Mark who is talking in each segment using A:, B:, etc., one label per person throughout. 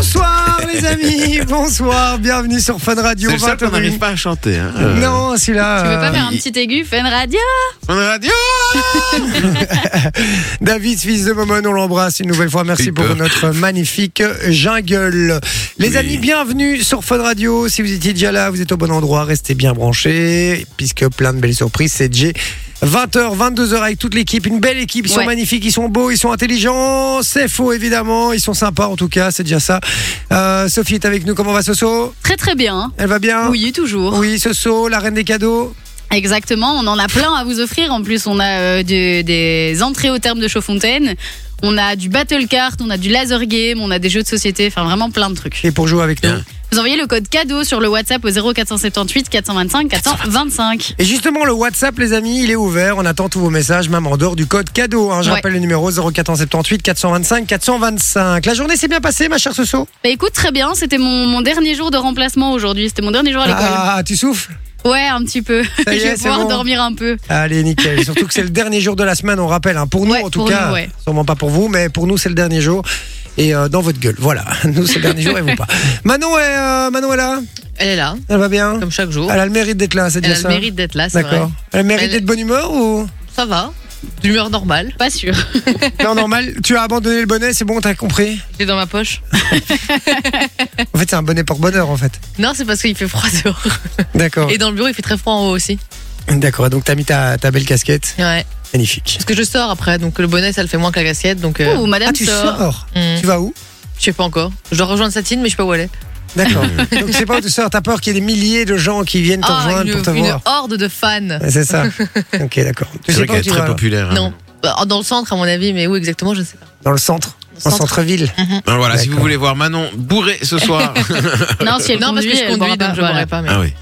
A: Bonsoir les amis, bonsoir, bienvenue sur Fun Radio.
B: C'est le seul qu'on
A: 20.
B: n'arrive pas à chanter. Hein. Euh,
A: Non, celui-là.
C: Tu veux pas
A: euh,
C: faire un petit aigu, fun radio
B: Fun Radio
A: David, fils de Momon, on l'embrasse une nouvelle fois. Merci
B: Il
A: pour
B: peut.
A: notre magnifique jungle. Les
B: Oui.
A: amis, bienvenue sur Fun Radio. Si vous étiez déjà là, vous êtes au bon endroit. Restez bien branchés, puisque plein de belles surprises. C'est Jay. 20h, 22h avec toute l'équipe, une belle équipe, ils sont
C: Ouais.
A: magnifiques, ils sont beaux, ils sont intelligents, c'est faux évidemment, ils sont sympas en tout cas, c'est déjà ça. Euh, Sophie est avec nous, comment va Soso
C: Très très bien.
A: Elle va bien
C: Oui, toujours.
A: Oui, Soso, la reine des cadeaux.
C: Exactement, on en a plein à vous offrir. En plus, on a euh, du- des entrées au terme de Chaudfontaine. On a du battle card, on a du laser game, on a des jeux de société, enfin vraiment plein de trucs.
A: Et pour jouer avec nous.
B: Bien.
C: Vous envoyez le code cadeau sur le WhatsApp au 0478 425 425.
A: Et justement, le WhatsApp, les amis, il est ouvert. On attend tous vos messages, même en dehors du code cadeau. hein. Je
C: Ouais.
A: rappelle le numéro 0478 425 425. La journée s'est bien passée, ma chère Soso
C: Bah écoute, très bien, c'était mon, mon dernier jour de remplacement aujourd'hui, c'était mon
D: Oh,
C: dernier jour à l'école.
A: Ah, tu souffles
C: Ouais, un petit peu.
A: Ça y est,
C: Je vais
A: c'est
C: pouvoir
A: bon.
C: dormir un peu.
A: Allez, nickel. Surtout que c'est le dernier jour de la semaine, on rappelle. hein. Pour nous,
C: Ouais,
A: en tout
C: pour
A: cas.
C: nous, ouais.
A: Sûrement pas pour vous, mais pour nous, c'est le dernier jour. Et euh, dans votre gueule. Voilà. Nous, c'est le dernier jour et vous pas. Manon est, euh, Manon est là
D: Elle est là,
A: Elle va bien
D: comme chaque jour.
A: Elle a le mérite d'être là, c'est
D: Elle
A: Ah, déjà
D: a le
A: ça
D: mérite d'être là, c'est vrai.
A: D'accord. Elle a le mérite
D: Elle-
A: d'être bonne humeur ou
D: Ça va, d'humeur normale.
C: Pas sûr.
A: Non, normal. Tu as abandonné le bonnet, c'est bon, t'as compris
D: J'ai dans ma poche.
A: En fait, c'est un bonnet porte-bonheur, en fait.
D: Non, c'est parce qu'il fait froid dehors.
A: D'accord.
D: Et dans le bureau, il fait très froid en haut aussi.
A: D'accord, donc t'as mis ta, ta belle casquette.
D: Ouais.
A: Magnifique.
D: Parce que je sors après, donc le bonnet, ça le fait moins que la casquette. Donc, euh,
C: Ouh, madame
A: Ah, tu
C: sort.
A: sors
D: hmm,
A: Tu vas où
D: je sais pas encore. Je dois rejoindre Satine, mais je sais pas où elle est.
A: D'accord. donc tu sais pas où tu sors, t'as peur qu'il y ait des milliers de gens qui viennent te
D: Ah,
A: rejoindre
D: une,
A: pour te
D: une
A: voir.
D: horde de fans.
A: Ouais, C'est ça. ok, d'accord. Tu
B: C'est
A: sais
B: vrai
A: pas où
B: qu'elle est
A: tu
B: très
A: vas,
B: populaire. hein.
D: Non. Bah, Dans le centre, à mon avis, mais où exactement, je sais pas.
A: Dans le centre
D: Dans
A: En
D: le centre. Mm.
A: centre-ville
B: Alors Ah, voilà, si vous
A: D'accord.
B: voulez voir Manon bourré ce soir.
C: Non, si elle
D: Non, parce
C: conduit,
D: que je
C: elle boira
D: conduis,
C: pas,
D: donc je
C: voilà.
D: boirai pas. Mais...
B: ah oui,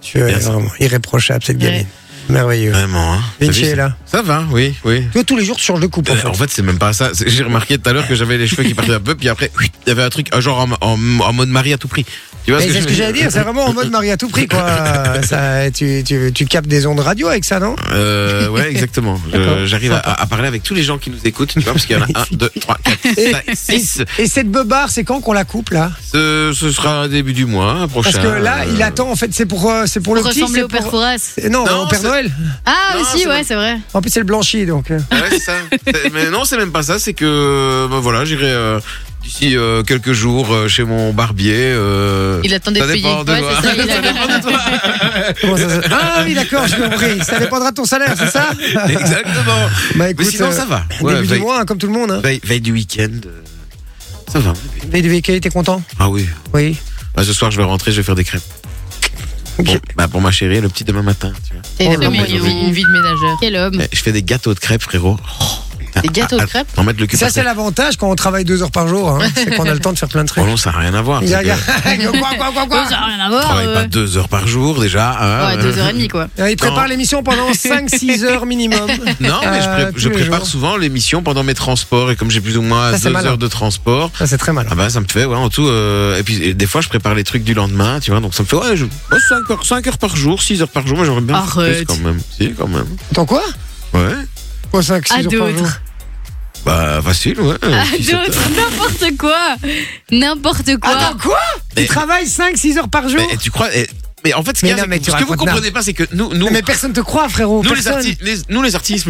A: Tu es
B: Bien sûr.
A: vraiment irréprochable, cette
D: Ouais.
A: gamine. Merveilleux.
B: vraiment. Hein. T'as
A: Vinci
B: vu,
A: est
B: ça-
A: là.
B: Ça va, oui, oui.
A: Toi, tous les jours, tu changes de coupe, en
B: Euh,
A: fait.
B: En fait, c'est même pas ça. C'est- J'ai remarqué tout à l'heure que j'avais les cheveux qui partaient un peu, puis après, oui, il y avait un truc, euh, genre en, en- en mode Marie à tout prix. Tu vois
A: Mais c'est ce
B: je
A: que
B: veux
A: j'allais dire, c'est vraiment en mode mari à tout prix, quoi. Ça, tu, tu, tu captes des ondes radio avec ça, non
B: Euh, ouais, exactement. Je-
A: D'accord.
B: J'arrive à, à parler avec tous les gens qui nous écoutent, tu vois, parce qu'il y en a 1, 2, 3, 4, 5, 6.
A: Et cette beubare, c'est quand qu'on la coupe, là
B: Ce, ce sera début du mois prochain.
A: Parce que là,
B: Euh,
A: il attend, en fait, c'est pour, euh, c'est pour le petit.
C: Ressembler
A: c'est
C: au Père
A: pour-
C: Fouras.
A: Et Non,
B: Non,
A: au Père
B: c'est-
A: Noël.
C: Ah,
B: Non,
C: aussi,
B: c'est
C: ouais,
B: bon.
C: c'est vrai.
A: En plus, c'est le blanchi, donc. euh.
B: Ouais, c'est ça. C'est- Mais non, c'est même pas ça. C'est que euh, bah, voilà, j'irai euh, d'ici euh, quelques jours euh, chez mon barbier. euh,
D: Il attend des
B: ça
D: payer.
B: dépend de
C: Ouais,
B: toi.
C: c'est ça, il a-
B: dépend de toi.
A: Comment ça se- Ah oui, d'accord, j'ai compris. Ça dépendra de ton salaire, c'est ça
B: Exactement.
A: Bah
B: Mais
A: écoute,
B: sinon,
A: euh,
B: ça va. Ouais, bah,
A: début du
B: veille,
A: mois, hein, comme tout le monde. Hein.
B: veille- veille du week-end. euh, Ça va.
A: Veille du week-end, t'es content
B: Ah oui.
A: Oui.
B: Bah, ce soir, je vais rentrer, je vais faire des crêpes.
A: Ok.
B: Bon, bah, pour ma chérie, le petit demain matin. tu vois.
D: Il a
C: Oh,
D: pas
C: mais
D: une
C: mignon.
D: vie- une vie de ménageur.
C: Quel homme.
B: Eh, Je fais des gâteaux de crêpes, frérot. Ah,
D: Des gâteaux de crêpes
B: En mettre le cul
A: Ça,
B: par
A: c'est
B: terre.
A: l'avantage quand on travaille deux heures par jour. Hein. C'est qu'on a le temps de faire plein de
B: Oh
A: trucs.
B: non, ça n'a rien à voir.
A: Il
B: c'est que
A: regarde. Quoi, quoi, quoi, quoi
C: Oh, Ça n'a rien à
B: Je
C: voir.
B: travaille pas
C: euh.
B: deux heures par jour déjà. hein.
C: Ouais, deux heures et demie, quoi.
A: Il prépare l'émission pendant 5-6 heures minimum.
B: Non, mais je,
A: Euh,
B: pré-
A: tous
B: je
A: les
B: prépare
A: jours.
B: souvent l'émission pendant mes transports et comme j'ai plus ou moins
A: Ça, c'est
B: deux
A: malin.
B: heures de transport,
A: Ça, c'est très mal.
B: ah bah ça me fait ouais en tout euh, et puis et des fois je prépare les trucs du lendemain, tu vois, donc ça me fait ouais 5 heures, cinq heures par jour, 6 heures par jour, mais j'aimerais bien faire plus
C: Arrête.
B: quand même. Si quand même.
A: Attends, quoi
B: Ouais.
A: Quoi, 5-6
C: À
A: heures par
C: d'autres.
A: jour
B: Bah facile ouais.
C: Ah,
B: six, sept heures.
C: d'autres, n'importe quoi. N'importe quoi.
A: Attends, Ah, quoi
B: Mais-
A: Il travaille 5-6 heures par jour
B: Mais, et tu crois et- mais en fait ce, qu'il y a,
A: Mais non,
B: c'est
A: mais
B: que-
A: tu
B: ce que vous
A: racontes n'importe-
B: comprenez pas c'est que nous nous
A: Mais personne te croit, frérot.
B: nous les,
A: personne.
B: arti- les- nous les artistes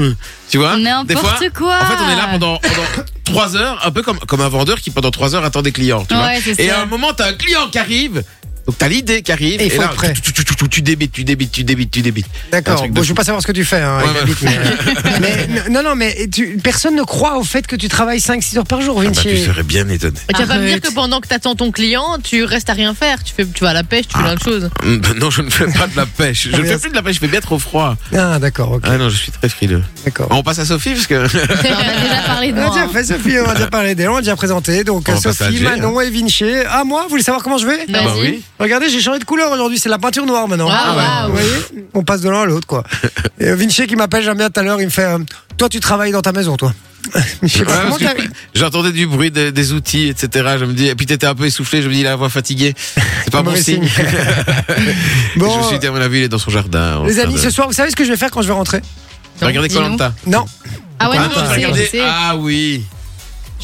B: tu vois, des fois
C: N'importe quoi.
B: En fait, on est
A: Ah.
B: là pendant, pendant 3 heures, un peu comme, comme un vendeur qui pendant 3 heures attend des clients. Tu
C: Ouais,
B: vois
C: c'est
B: et
C: ça.
B: à un moment, t'as un client qui arrive. Donc t'as l'idée qui arrive.
A: Et il faut
B: là,
A: être prêt.
B: tu, tu, tu, tu, tu- tu débites, tu débites, tu débites, tu débites. Un
A: D'accord.
B: truc
A: Bon,
B: de
A: je veux
B: fou.
A: pas savoir ce que tu fais. hein,
B: Ouais,
A: avec la bite, mais... mais- non, non, mais tu- personne ne croit au fait que tu travailles 5-6 heures par jour,
B: Ah bah,
A: Vinci.
B: tu serais bien étonné.
D: Tu vas pas me dire
C: Arrête.
D: que pendant que t'attends ton client, tu restes à rien faire. Tu, fais, tu vas à la pêche, tu fais plein de choses.
A: Mm.
B: Hum, Non, je ne fais pas de la pêche. Je ne fais plus de la pêche, je fais bien trop froid.
A: Ah, d'accord, ok,
B: Ah non, je suis très frileux.
A: d'accord.
B: On passe à Sophie parce que.
C: On a déjà parlé de
A: On a
C: moi.
A: déjà fait Sophie, on a déjà parlé d'elle, on a déjà présenté. Donc
B: On va passer à
A: Sophie,
B: Jay, hein.
A: Manon et Vinci. Ah, moi, vous voulez savoir comment je vais
D: Vas-y.
B: Bah oui.
A: Regardez, j'ai changé de couleur aujourd'hui, c'est la peinture noire maintenant.
C: Ah,
A: Vous
C: waouh.
A: voyez On passe de l'un à l'autre, quoi. Et euh, Vinci qui m'appelle, j'aime bien tout à l'heure, il me fait euh, Toi, tu travailles dans ta maison, toi. Je sais
B: Ouais,
A: pas comment
B: parce que
A: t'as-
B: J'entendais du bruit des, des outils, etc. Je me dis, et puis t'étais un peu essoufflé. Je me dis, la voix fatiguée. C'est pas bon
A: Mauvais
B: signe.
A: Bon,
B: je me suis Ah, bah. dit, à mon avis, il est dans son jardin. en
A: les
B: train
A: amis,
B: de- Bah,
A: ce soir, vous savez ce que je vais faire quand je vais rentrer
B: Regardez
C: Dis-nous.
B: Colanta.
A: Non.
C: Ah ouais,
B: Ah
C: non,
B: non,
C: je
B: j'ai
C: sais, je
B: regardé.
C: sais.
B: Ah oui.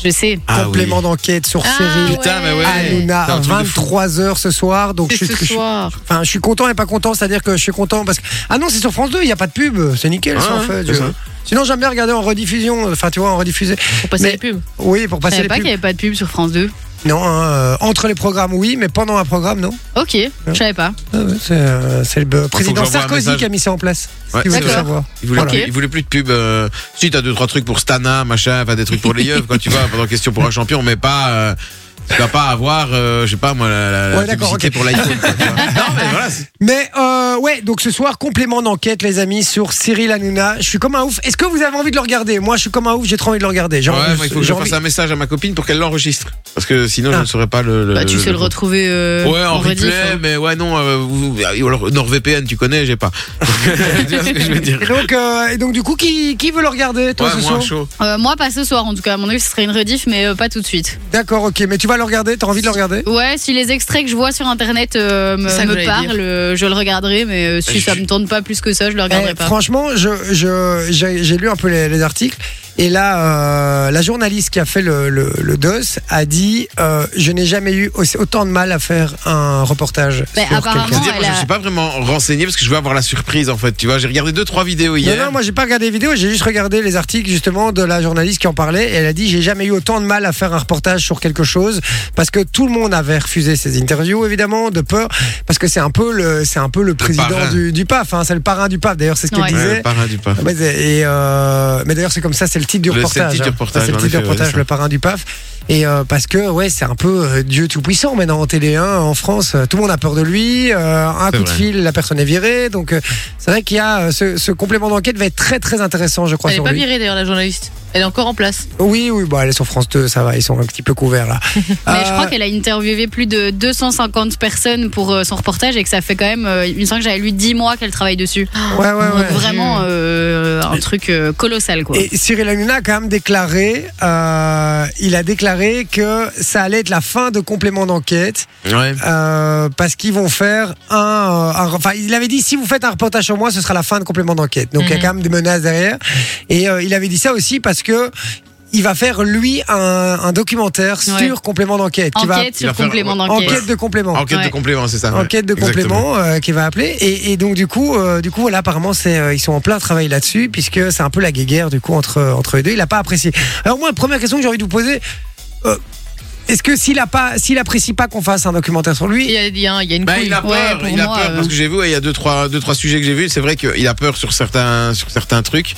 C: Je sais.
B: Ah
A: Complément
B: oui.
A: d'enquête sur
D: Ah,
A: Cyril
D: ouais.
B: Putain, mais ouais.
A: Hanouna,
B: C'est un truc de fou.
A: 23h ce soir. Donc je
D: C'est
A: suis,
D: ce
A: je suis-
D: soir.
A: enfin, je suis content et pas content, c'est-à-dire que je suis content parce que. Ah non, c'est sur France 2, il n'y a pas de pub, c'est nickel ça
B: Ouais,
A: en fait.
B: c'est
A: je-
B: ça.
A: Sinon, j'aime bien regarder en rediffusion, enfin, tu vois, en rediffusé.
D: Pour passer
A: Mais-
D: les pubs.
A: Oui, pour
C: Je
A: passer
C: savais
A: les
C: pas
A: pubs.
C: qu'il y avait pas de pub sur France 2.
A: Non, hein, euh, entre les programmes, oui, mais pendant un programme, non.
C: Ok, je savais pas.
A: Ah ouais, c'est euh, c'est le
B: que
A: président
B: j'envoie un
A: Sarkozy
B: message.
A: qui a mis ça en place.
B: Ouais,
A: si vous
B: c'est
A: voulez
B: vrai.
A: savoir.
B: Il voulait,
A: Voilà.
B: plus, il voulait plus de pub. euh, si t'as deux trois trucs pour Stana, machin, enfin des trucs pour les yeux, quand tu vas pendant question pour un champion, mais pas. euh, tu vas pas avoir, euh, je sais pas moi, la, la- la
A: Ouais, d'accord,
B: publicité
A: ok.
B: pour l'iPhone. quoi, tu vois. non mais voilà. c'est-
A: Mais euh, ouais, donc ce soir, complément d'enquête, les amis, sur Cyril Hanouna. Je suis comme un ouf. Est-ce que vous avez envie de le regarder Moi, je suis comme un ouf, j'ai trop envie de le regarder. J'ai
B: Ouais,
A: envie-
B: moi, il faut que je
A: j'ai
B: fasse
A: envie-
B: un message à ma copine pour qu'elle l'enregistre, parce que sinon je
A: Ah.
B: ne saurais pas le. le-
C: Bah, tu sais le retrouver euh,
B: Ouais, en,
C: rediff,
B: replay,
C: hein.
B: mais ouais non. euh, vous- vous- ou alors NordVPN, tu connais, j'ai pas. tu vois ce que je veux dire.
A: Et donc, euh, et donc, du coup, qui, qui veut le regarder toi
B: Ouais,
A: ce
B: moi
A: soir
B: chaud.
C: Euh, moi, pas ce soir en tout cas. À mon avis, ce serait une rediff, mais euh, pas tout de suite.
A: D'accord, ok. Mais tu vas le regarder T'as envie de le regarder
C: Ouais, si les extraits que je vois sur internet euh, me,
D: C'est ça que
C: me
D: j'allais
C: parlent, euh, je le regarderai, mais euh, si
B: Je-
C: ça me tente pas plus que ça, je le regarderai
A: Eh,
C: pas.
A: Franchement, je- je- j'ai j'ai lu un peu les, les articles. Et là, euh, la journaliste qui a fait le, le, le DOS a dit euh, Je n'ai jamais eu aussi- autant de mal à faire un reportage.
C: Mais
A: sur
C: apparemment,
A: quelqu'un.
B: C'est-à-dire,
C: Ah
B: moi,
C: elle
B: je
C: a-
B: me suis pas vraiment renseigné parce que je veux avoir la surprise en fait. Tu vois, j'ai regardé deux trois vidéos
A: Non,
B: hier.
A: non, moi j'ai pas regardé les vidéos, j'ai juste regardé les articles justement de la journaliste qui en parlait et elle a dit j'ai jamais eu autant de mal à faire un reportage sur quelque chose parce que tout le monde avait refusé ses interviews évidemment de peur parce que c'est un peu le c'est un peu le président
B: parrain.
A: du, du PAF, hein, c'est le parrain du PAF d'ailleurs c'est ce qu'elle
C: Ouais.
B: Ouais,
A: disait.
B: le parrain du pas.
A: Ah, Mais, et euh, mais d'ailleurs c'est comme ça, c'est le titre du
B: Le- c'est le
A: reportage.
B: titre du
A: hein.
B: reportage,
A: Ça, c'est le
B: en
A: titre du
B: effet, ouais,
A: reportage,
B: c'est ça.
A: le parrain du PAF. Et euh, parce que ouais, c'est un peu euh, Dieu tout puissant maintenant en Télé1 en France, euh, tout le monde a peur de lui. euh, un
B: C'est
A: coup de
B: vrai.
A: fil, la personne est virée. Donc euh, c'est vrai qu'il y a euh, ce, ce complément d'enquête va être très très intéressant, je crois
D: Elle est
A: sur
D: pas
A: lui.
D: virée d'ailleurs, la journaliste. Elle est encore en place.
A: Oui oui, bah elle est sur France 2, ça va, ils sont un petit peu couverts là.
C: Mais je
A: Euh,
C: crois qu'elle a interviewé plus de 250 personnes pour euh, son reportage et que ça fait quand même, euh, il me semble que j'avais lu 10 mois qu'elle travaille dessus.
A: ouais, ouais,
C: Donc
A: Ah ouais.
C: vraiment euh, un truc euh, colossal quoi.
A: Et Cyril Hanouna a quand même déclaré, euh, il a déclaré que ça allait être la fin de complément d'enquête.
B: Ouais.
A: Euh, parce qu'ils vont faire un, euh, un- Enfin, il avait dit si vous faites un reportage sur moi, ce sera la fin de complément d'enquête. Donc il y a
D: Mhm.
A: quand même des menaces derrière. Et euh, il avait dit ça aussi parce que. Il va faire lui un, un documentaire
C: Ouais.
A: sur complément d'enquête. qui va-
C: Enquête
B: il va
C: sur
B: faire-
C: complément
A: enquête.
C: d'enquête.
A: de complément.
B: Enquête
C: Ouais.
B: de complément, c'est ça. ouais.
A: Enquête de
B: Exactement.
A: complément euh, qui va appeler. Et, et donc du coup, euh, du coup voilà, apparemment c'est euh, ils sont en plein travail là-dessus puisque c'est un peu la guéguerre du coup entre entre les deux. Il a pas apprécié. Alors moi, première question que j'ai envie de vous poser. euh, est-ce que s'il a pas, s'il apprécie pas qu'on fasse un documentaire sur lui,
D: Il y a, il y a un- il y a une
B: Bah,
D: couille.
B: il a
C: Ouais,
B: peur,
C: pour
B: il a
C: moi,
B: peur
C: euh.
B: parce que j'ai vu, ouais, il y a deux trois, deux, trois sujets que j'ai vus. C'est vrai qu'il a peur sur certains, sur certains trucs.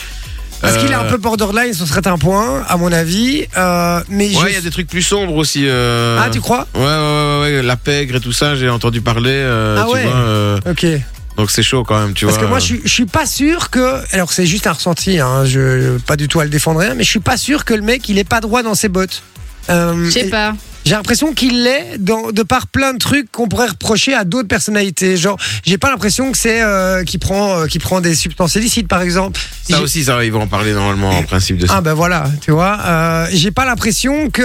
A: Parce qu'il est un
B: Euh,
A: peu borderline, ce serait un point, à mon avis. Euh, mais je-
B: Ouais, il y a des trucs plus sombres aussi. euh,
A: Ah, tu crois
B: Ouais, ouais, ouais, ouais, la pègre et tout ça, j'ai entendu parler. euh,
A: Ah
B: tu
A: ouais.
B: vois, euh,
A: Ok.
B: donc c'est chaud quand même, tu
A: Parce
B: vois.
A: que moi, je, suis- je suis pas sûr que. Alors, c'est juste un ressenti, hein, je pas du tout à le défendre rien, mais je suis pas sûr que le mec, il est pas droit dans ses bottes. Euh,
C: Je sais pas.
A: J'ai l'impression qu'il l'est dans- de par plein de trucs qu'on pourrait reprocher à d'autres personnalités. Genre, j'ai pas l'impression que c'est euh, qui prend euh, qui prend des substances illicites, par exemple.
B: Ça
A: J'ai-
B: aussi, ça, ils vont en parler normalement en principe de ça.
A: Ah ben voilà, tu vois, euh, j'ai pas l'impression que,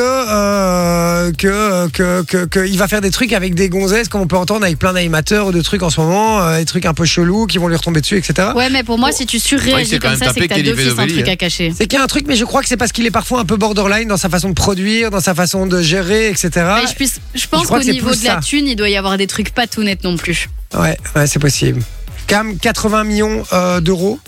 A: euh, que, que, que, que il va faire des trucs avec des gonzesses comme on peut entendre avec plein d'animateurs ou de trucs en ce moment, euh, des trucs un peu chelous qui vont lui retomber dessus, etc.
C: Ouais, mais pour moi, si tu
B: Ouais, il
C: surréagis
B: s'est quand
C: comme
B: même
C: ça,
B: tapé
C: c'est que t'as
B: Kelly
C: d'office un
B: Vedoveli,
C: truc
B: hein.
C: à cacher.
A: C'est qu'il y a un truc, mais je crois que c'est parce qu'il est parfois un peu borderline dans sa façon de produire, dans sa façon de gérer, etc.
C: Mais je, puisse- je pense
A: Ah. crois
C: qu'au
A: que c'est
C: niveau
A: plus
C: de la
A: ça.
C: thune, il doit y avoir des trucs pas tout nets non plus.
A: Ouais, ouais, c'est possible. Quand même 80 millions euh, d'euros.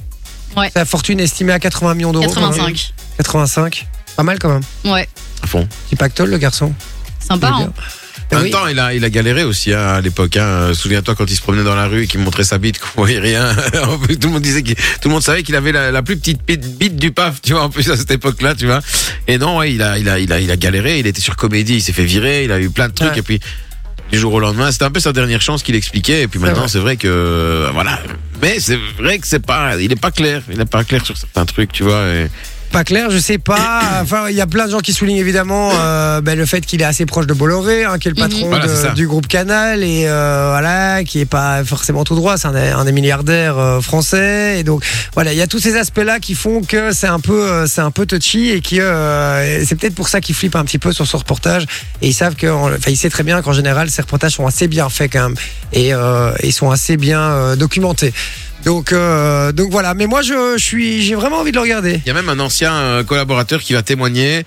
C: Ouais.
A: Sa fortune est estimée à 80 millions d'euros. quand même.
C: 85.
A: 85. Pas mal quand même.
C: Ouais,
B: à fond.
A: Petit pactole, le garçon.
C: sympa.
A: Il est
C: Hein.
A: bien.
B: En
A: Mais
B: même
A: oui.
B: temps, il a, il a galéré aussi hein, à l'époque. Hein. Euh, Souviens-toi quand il se promenait dans la rue et qu'il montrait sa bite, qu'on voyait rien. En plus, tout le monde disait qu'il- tout le monde savait qu'il avait la, la plus petite bite, bite du paf, tu vois. En plus à cette époque-là, tu vois. Et non, ouais, il a, il a, il a, il a galéré. Il était sur comédie, il s'est fait virer, il a eu plein de trucs
A: Ouais.
B: et puis du jour au lendemain, c'était un peu sa dernière chance qu'il expliquait. Et puis maintenant,
A: vrai.
B: c'est vrai que euh, voilà. Mais c'est vrai que c'est pas, il est pas clair, il n'est pas clair sur certains trucs, tu vois. et-
A: Pas clair, je sais pas. Enfin, il y a plein de gens qui soulignent évidemment euh, ben, le fait qu'il est assez proche de Bolloré, hein, qui est le patron
C: Mhm.
B: Voilà,
A: de-
B: c'est ça.
A: du groupe Canal et euh, voilà, qui est pas forcément tout droit. C'est un, des- un des milliardaires euh, français et donc voilà, il y a tous ces aspects-là qui font que c'est un peu, euh, c'est un peu touchy et qui euh, et c'est peut-être pour ça qu'ils flippent un petit peu sur ce reportage. Et ils savent que, en- enfin, il sait très bien qu'en général, ces reportages sont assez bien faits quand même et euh, ils sont assez bien euh, documentés. Donc, euh, donc voilà. Mais moi, je, je suis, j'ai vraiment envie de le regarder.
B: Il y a même un ancien euh, collaborateur qui va témoigner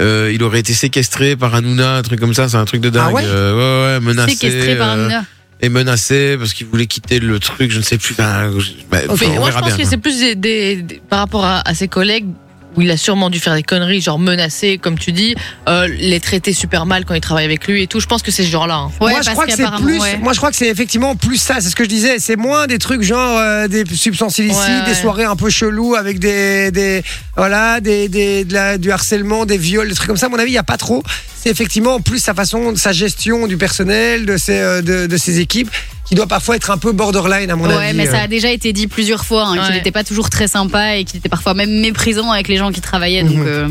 B: euh, il aurait été séquestré par Hanouna, un truc comme ça, c'est un truc de dingue.
A: Ah ouais
B: Euh, ouais, ouais, menacé.
C: Séquestré par
B: euh,
C: un
B: et menacé parce qu'il voulait quitter le truc, je ne sais plus. Enfin, je- bah,
D: Mais
B: on
D: moi, je
B: verra
D: pense
B: bien.
D: que c'est plus des, des- des- par rapport à, à ses collègues où il a sûrement dû faire des conneries, genre menacer, comme tu dis, euh, les traiter super mal quand il travaille avec lui et tout. Je pense que c'est ce genre-là. hein.
C: Ouais,
A: moi, je
C: parce
A: crois que c'est
C: qu'apparemment,
A: plus.
C: ouais.
A: Moi, je crois que c'est effectivement plus ça. C'est ce que je disais. C'est moins des trucs genre euh, des substances illicites,
D: Ouais, ouais.
A: des soirées un peu cheloues avec des, des voilà, des, des de la- du harcèlement, des viols, des trucs comme ça. À mon avis, il y a pas trop. C'est effectivement plus sa façon, sa gestion du personnel, de ses euh, de, de ses équipes, qui doit parfois être un peu borderline à mon
C: Ouais,
A: avis.
C: mais ça
A: euh.
C: a déjà été dit plusieurs fois hein, qu'il
D: Ouais.
C: n'était pas toujours très sympa et qu'il était parfois même méprisant avec les gens qui travaillaient. Donc,
A: Mhm.
C: euh,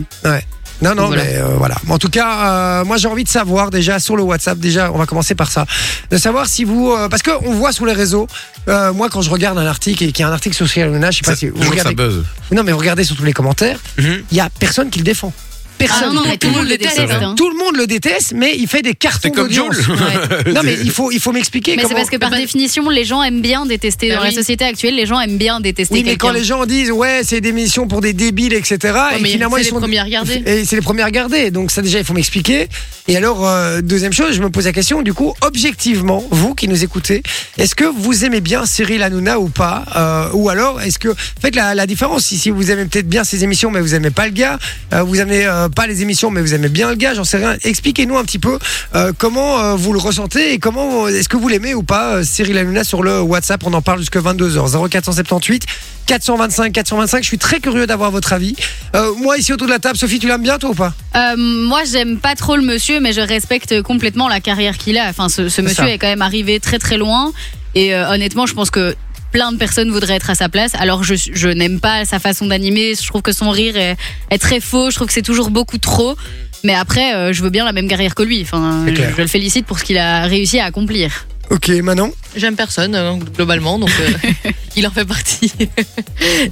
A: Non, non,
C: Donc voilà.
A: mais euh, voilà. En tout cas, euh, moi j'ai envie de savoir déjà sur le WhatsApp, déjà, on va commencer par ça, de savoir si vous, euh, parce que on voit sur les réseaux, euh, moi quand je regarde un article et qu'il y a un article sur Cyril Hanouna, je sais pas
B: Ça-
A: si vous
B: toujours ça
A: regardez,
B: buzz.
A: non mais vous regardez sur tous les commentaires,
B: Mhm.
A: il y a personne qui le défend.
C: ah
A: Personne.
C: non, non, mais tout le monde le déteste.
B: C'est vrai.
C: hein.
A: Tout le monde le déteste, mais il fait des cartons
B: C'est comme
A: d'audience.
B: Jules.
A: Ouais. Non mais il faut, il faut m'expliquer.
C: Mais c'est
A: comment-
C: parce que par
D: Bah,
C: définition, les gens aiment bien détester.
D: Bah
C: Dans la
D: oui.
C: société actuelle, les gens aiment bien détester
A: Oui, mais
C: quelqu'un.
A: quand les gens disent ouais, c'est des missions pour des débiles, etc.
D: Ouais,
A: et
D: mais
A: finalement
D: c'est
A: ils
D: les
A: sont
D: premiers à regarder.
A: Et c'est les premiers à regarder, donc ça déjà il faut m'expliquer. Et alors, euh, deuxième chose, je me pose la question, du coup, objectivement, vous qui nous écoutez, est-ce que vous aimez bien Cyril Hanouna ou pas Euh, Ou alors, est-ce que... Faites la, la différence, si, si vous aimez peut-être bien ses émissions, mais vous aimez pas le gars, euh, vous aimez euh, pas les émissions, mais vous aimez bien le gars, j'en sais rien. Expliquez-nous un petit peu euh, comment euh, vous le ressentez et comment... euh, Est-ce que vous l'aimez ou pas, euh, Cyril Hanouna, sur le WhatsApp, on en parle jusqu'à 22h, 0478 425 425, je suis très curieux d'avoir votre avis. Euh, moi ici autour de la table, Sophie, tu l'aimes bien toi ou pas
C: Euh, moi, j'aime pas trop le monsieur, mais je respecte complètement la carrière qu'il a. Enfin, ce, ce monsieur
A: ça.
C: est quand même arrivé très très loin. Et euh, honnêtement, je pense que plein de personnes voudraient être à sa place. Alors, je, je n'aime pas sa façon d'animer. Je trouve que son rire est, est très faux. Je trouve que c'est toujours beaucoup trop. Mais après, euh, je veux bien la même carrière que lui. Enfin,
A: C'est
C: je,
A: clair.
C: je le félicite pour ce qu'il a réussi à accomplir.
A: Ok, Manon.
D: J'aime personne, euh, globalement, donc euh, il en fait partie.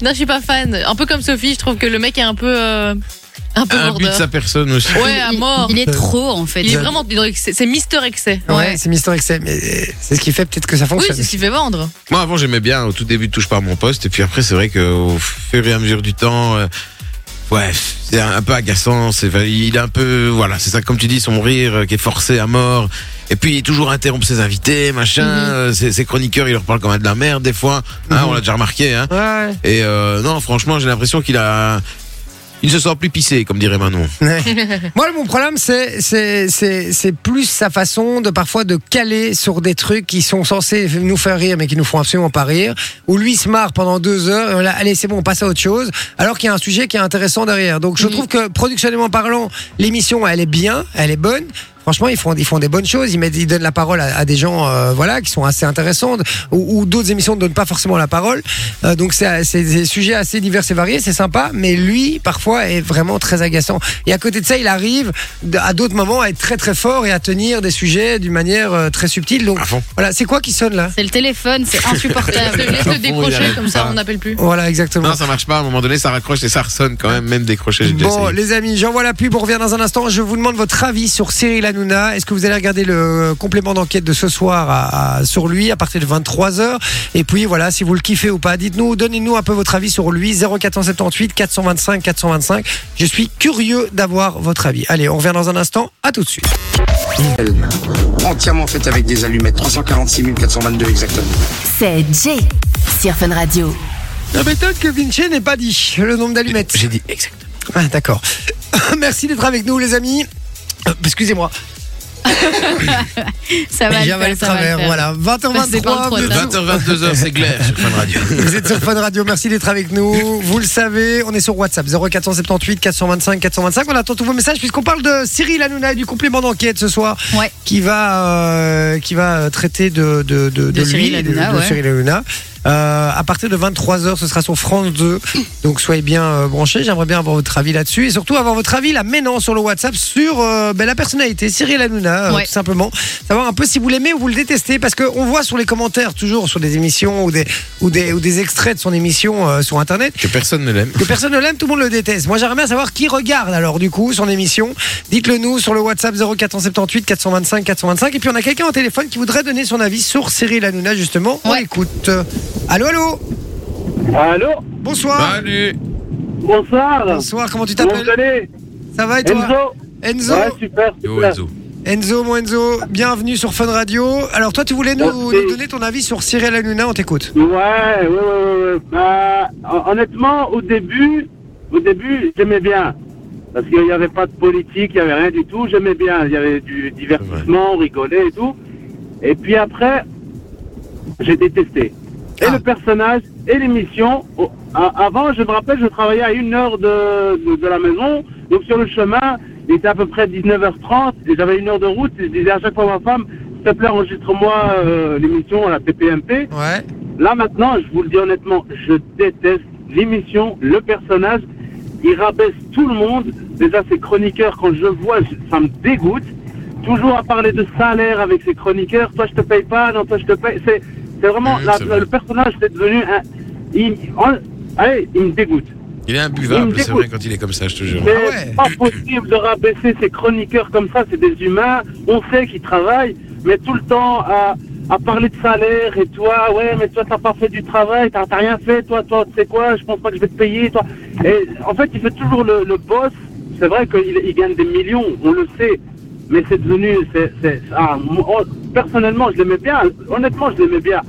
D: non, je suis pas fan. Un peu comme Sophie, je trouve que le mec est un peu. euh, un peu
B: Un but de
D: border.
B: sa personne aussi.
D: Ouais, à
C: Il-
D: mort.
C: Il, est trop, en fait.
D: Il est vraiment. dans l'excès. C'est Mister Excès.
C: Ouais.
A: c'est Mister Excel, mais euh, c'est ce qui fait peut-être que ça
D: Oui,
A: fonctionne.
D: c'est ce qui fait vendre.
B: Moi, avant, j'aimais bien au tout début, touche pas à mon poste. Et puis après, c'est vrai qu'au fur et à mesure du temps, euh, ouais, c'est un, un peu agaçant. C'est, enfin, il est un peu, voilà, c'est ça, comme tu dis, son rire euh, qui est forcé à mort. Et puis, toujours interrompre ses invités, machin. euh, ses, ses chroniqueurs, il leur parle quand même de la merde, des fois. Hein,
A: Mhm.
B: On l'a déjà remarqué, hein.
A: Ouais,
B: Et euh, non, franchement, j'ai l'impression qu'il a. Il se sent plus pissé, comme dirait Manon.
A: ouais. Moi, mon problème, c'est c'est c'est c'est plus sa façon de parfois de caler sur des trucs qui sont censés nous faire rire, mais qui nous font absolument pas rire. Où lui se marre pendant deux heures. et on l'a- allez, c'est bon, on passe à autre chose. Alors qu'il y a un sujet qui est intéressant derrière. Donc, je
D: Mhm.
A: trouve que productionnellement parlant, l'émission, elle est bien, elle est bonne. Franchement, ils font, ils font des bonnes choses. Ils, mettent, ils donnent la parole à, à des gens, euh, voilà, qui sont assez intéressantes, ou, ou d'autres émissions ne donnent pas forcément la parole. Euh, donc, c'est c'est des sujets assez divers et variés, c'est sympa. Mais lui, parfois, est vraiment très agaçant. Et à côté de ça, il arrive d- à d'autres moments à être très très fort et à tenir des sujets d'une manière euh, très subtile. Donc,
B: À fond.
A: voilà, c'est quoi qui sonne là
C: C'est le téléphone, c'est
D: Je
C: insupportable.
B: Au fond,
D: laisse le
B: il arrête
D: décrocher, comme ça
B: pas.
D: on n'appelle plus.
A: Voilà, exactement.
B: Non, ça marche pas. À un moment donné, ça raccroche et ça ressonne quand même, même décroché. J'ai déjà
A: Bon,
B: essayé.
A: les amis, j'envoie la pub. On revient dans un instant. Je vous demande votre avis sur Cyril Hanouna. Est-ce que vous allez regarder le complément d'enquête de ce soir à- à- sur lui à partir de 23h Et puis voilà, si vous le kiffez ou pas, dites-nous, donnez-nous un peu votre avis sur lui. 0478 425 425. Je suis curieux d'avoir votre avis. Allez, on revient dans un instant. À tout de suite.
E: entièrement faite avec des allumettes, 346 422 exactement.
F: C'est Jay sur Fun Radio.
A: La méthode que Vinci n'est pas dit. Le nombre d'allumettes.
B: J'ai dit exactement.
A: Ah, d'accord. Merci d'être avec nous, les amis. Euh, Excusez-moi,
C: ça va
A: j'avais
C: le
A: le
C: faire, ça va le
A: travers.
C: faire.
A: Voilà,
C: Passez
A: 20h23.
C: par le trois,
A: vous
C: là.
A: êtes-
B: 20h, 22h, c'est clair sur Fun Radio.
A: Vous êtes sur Fun Radio, merci d'être avec nous. Vous le savez, on est sur WhatsApp 0478 425 425. On attend tous vos messages puisqu'on parle de Cyril Hanouna et du complément d'enquête ce soir
C: Ouais.
A: qui va euh, qui va traiter de de, de,
C: De
A: lui,
C: Cyril
A: et de-
C: Hanouna,
A: de
C: ouais.
A: Cyril Hanouna. Euh, à partir de 23h, ce sera sur France 2. Donc soyez bien euh, branchés. J'aimerais bien avoir votre avis là-dessus. Et surtout avoir votre avis là maintenant sur le WhatsApp sur euh, ben, la personnalité Cyril Hanouna, euh,
C: Ouais.
A: tout simplement. Savoir un peu si vous l'aimez ou vous le détestez. Parce qu'on voit sur les commentaires, toujours sur des émissions ou des, ou des, ou des extraits de son émission euh, sur Internet,
B: Que personne ne l'aime.
A: que personne ne l'aime, tout le monde le déteste. Moi, j'aimerais bien savoir qui regarde alors du coup son émission. Dites-le nous sur le WhatsApp 0478 425 425. Et puis on a quelqu'un au téléphone qui voudrait donner son avis sur Cyril Hanouna justement. On
C: Ouais.
A: écoute. Allô, allô.
G: Allô
A: Bonsoir.
B: Salut Bah,
G: Bonsoir
A: Bonsoir. Comment tu
G: Comment vous
A: t'appelles
G: allez
A: Ça va et toi
G: Enzo
A: Enzo
G: Ouais, super,
B: Yo,
G: super.
B: Enzo.
A: Enzo, mon Enzo, bienvenue sur Fun Radio. Alors toi, tu voulais nous,
G: Merci.
A: nous donner ton avis sur Cyril Hanouna, on t'écoute.
G: Ouais, ouais, ouais, ouais, ouais. Bah, hon- honnêtement, au début, au début, j'aimais bien. Parce qu'il n'y avait pas de politique, il n'y avait rien du tout. J'aimais bien. Il y avait du divertissement, on rigolait et tout. Et puis après, j'ai détesté. Et
A: Ah.
G: le personnage, et l'émission. Au- a- Avant, je me rappelle, je travaillais à une heure de, de, de la maison. Donc sur le chemin, il était à peu près 19h30. Et j'avais une heure de route. Et je disais à chaque fois à ma femme, s'il te plaît, enregistre-moi euh, l'émission à la PPMP.
A: Ouais.
G: Là maintenant, je vous le dis honnêtement, je déteste l'émission, le personnage. Il rabaisse tout le monde. Déjà, ses chroniqueurs, quand je le vois, je- ça me dégoûte. Toujours à parler de salaire avec ses chroniqueurs. Toi, je te paye pas. Non, toi, je te paye. C'est, c'est vraiment
B: Oui,
G: la-
B: c'est vrai.
G: le personnage est devenu un. Il, en- allez, il me dégoûte.
B: Il est
G: Il
B: imbuvable,
G: me
B: c'est vrai,
G: dégoûte.
B: quand il est comme ça, je te jure.
G: C'est
A: Ah ouais.
G: pas possible de rabaisser ces chroniqueurs comme ça, c'est des humains, on sait qu'ils travaillent, mais tout le temps à, à parler de salaire et toi, ouais, mais toi t'as pas fait du travail, t'as t'as rien fait, toi, toi, tu sais quoi, je pense pas que je vais te payer, toi. Et en fait, il fait toujours le, le boss, c'est vrai qu'il il gagne des millions, on le sait, mais c'est devenu, c'est, c'est, ah, moi, personnellement, je l'aimais bien, honnêtement, je l'aimais bien.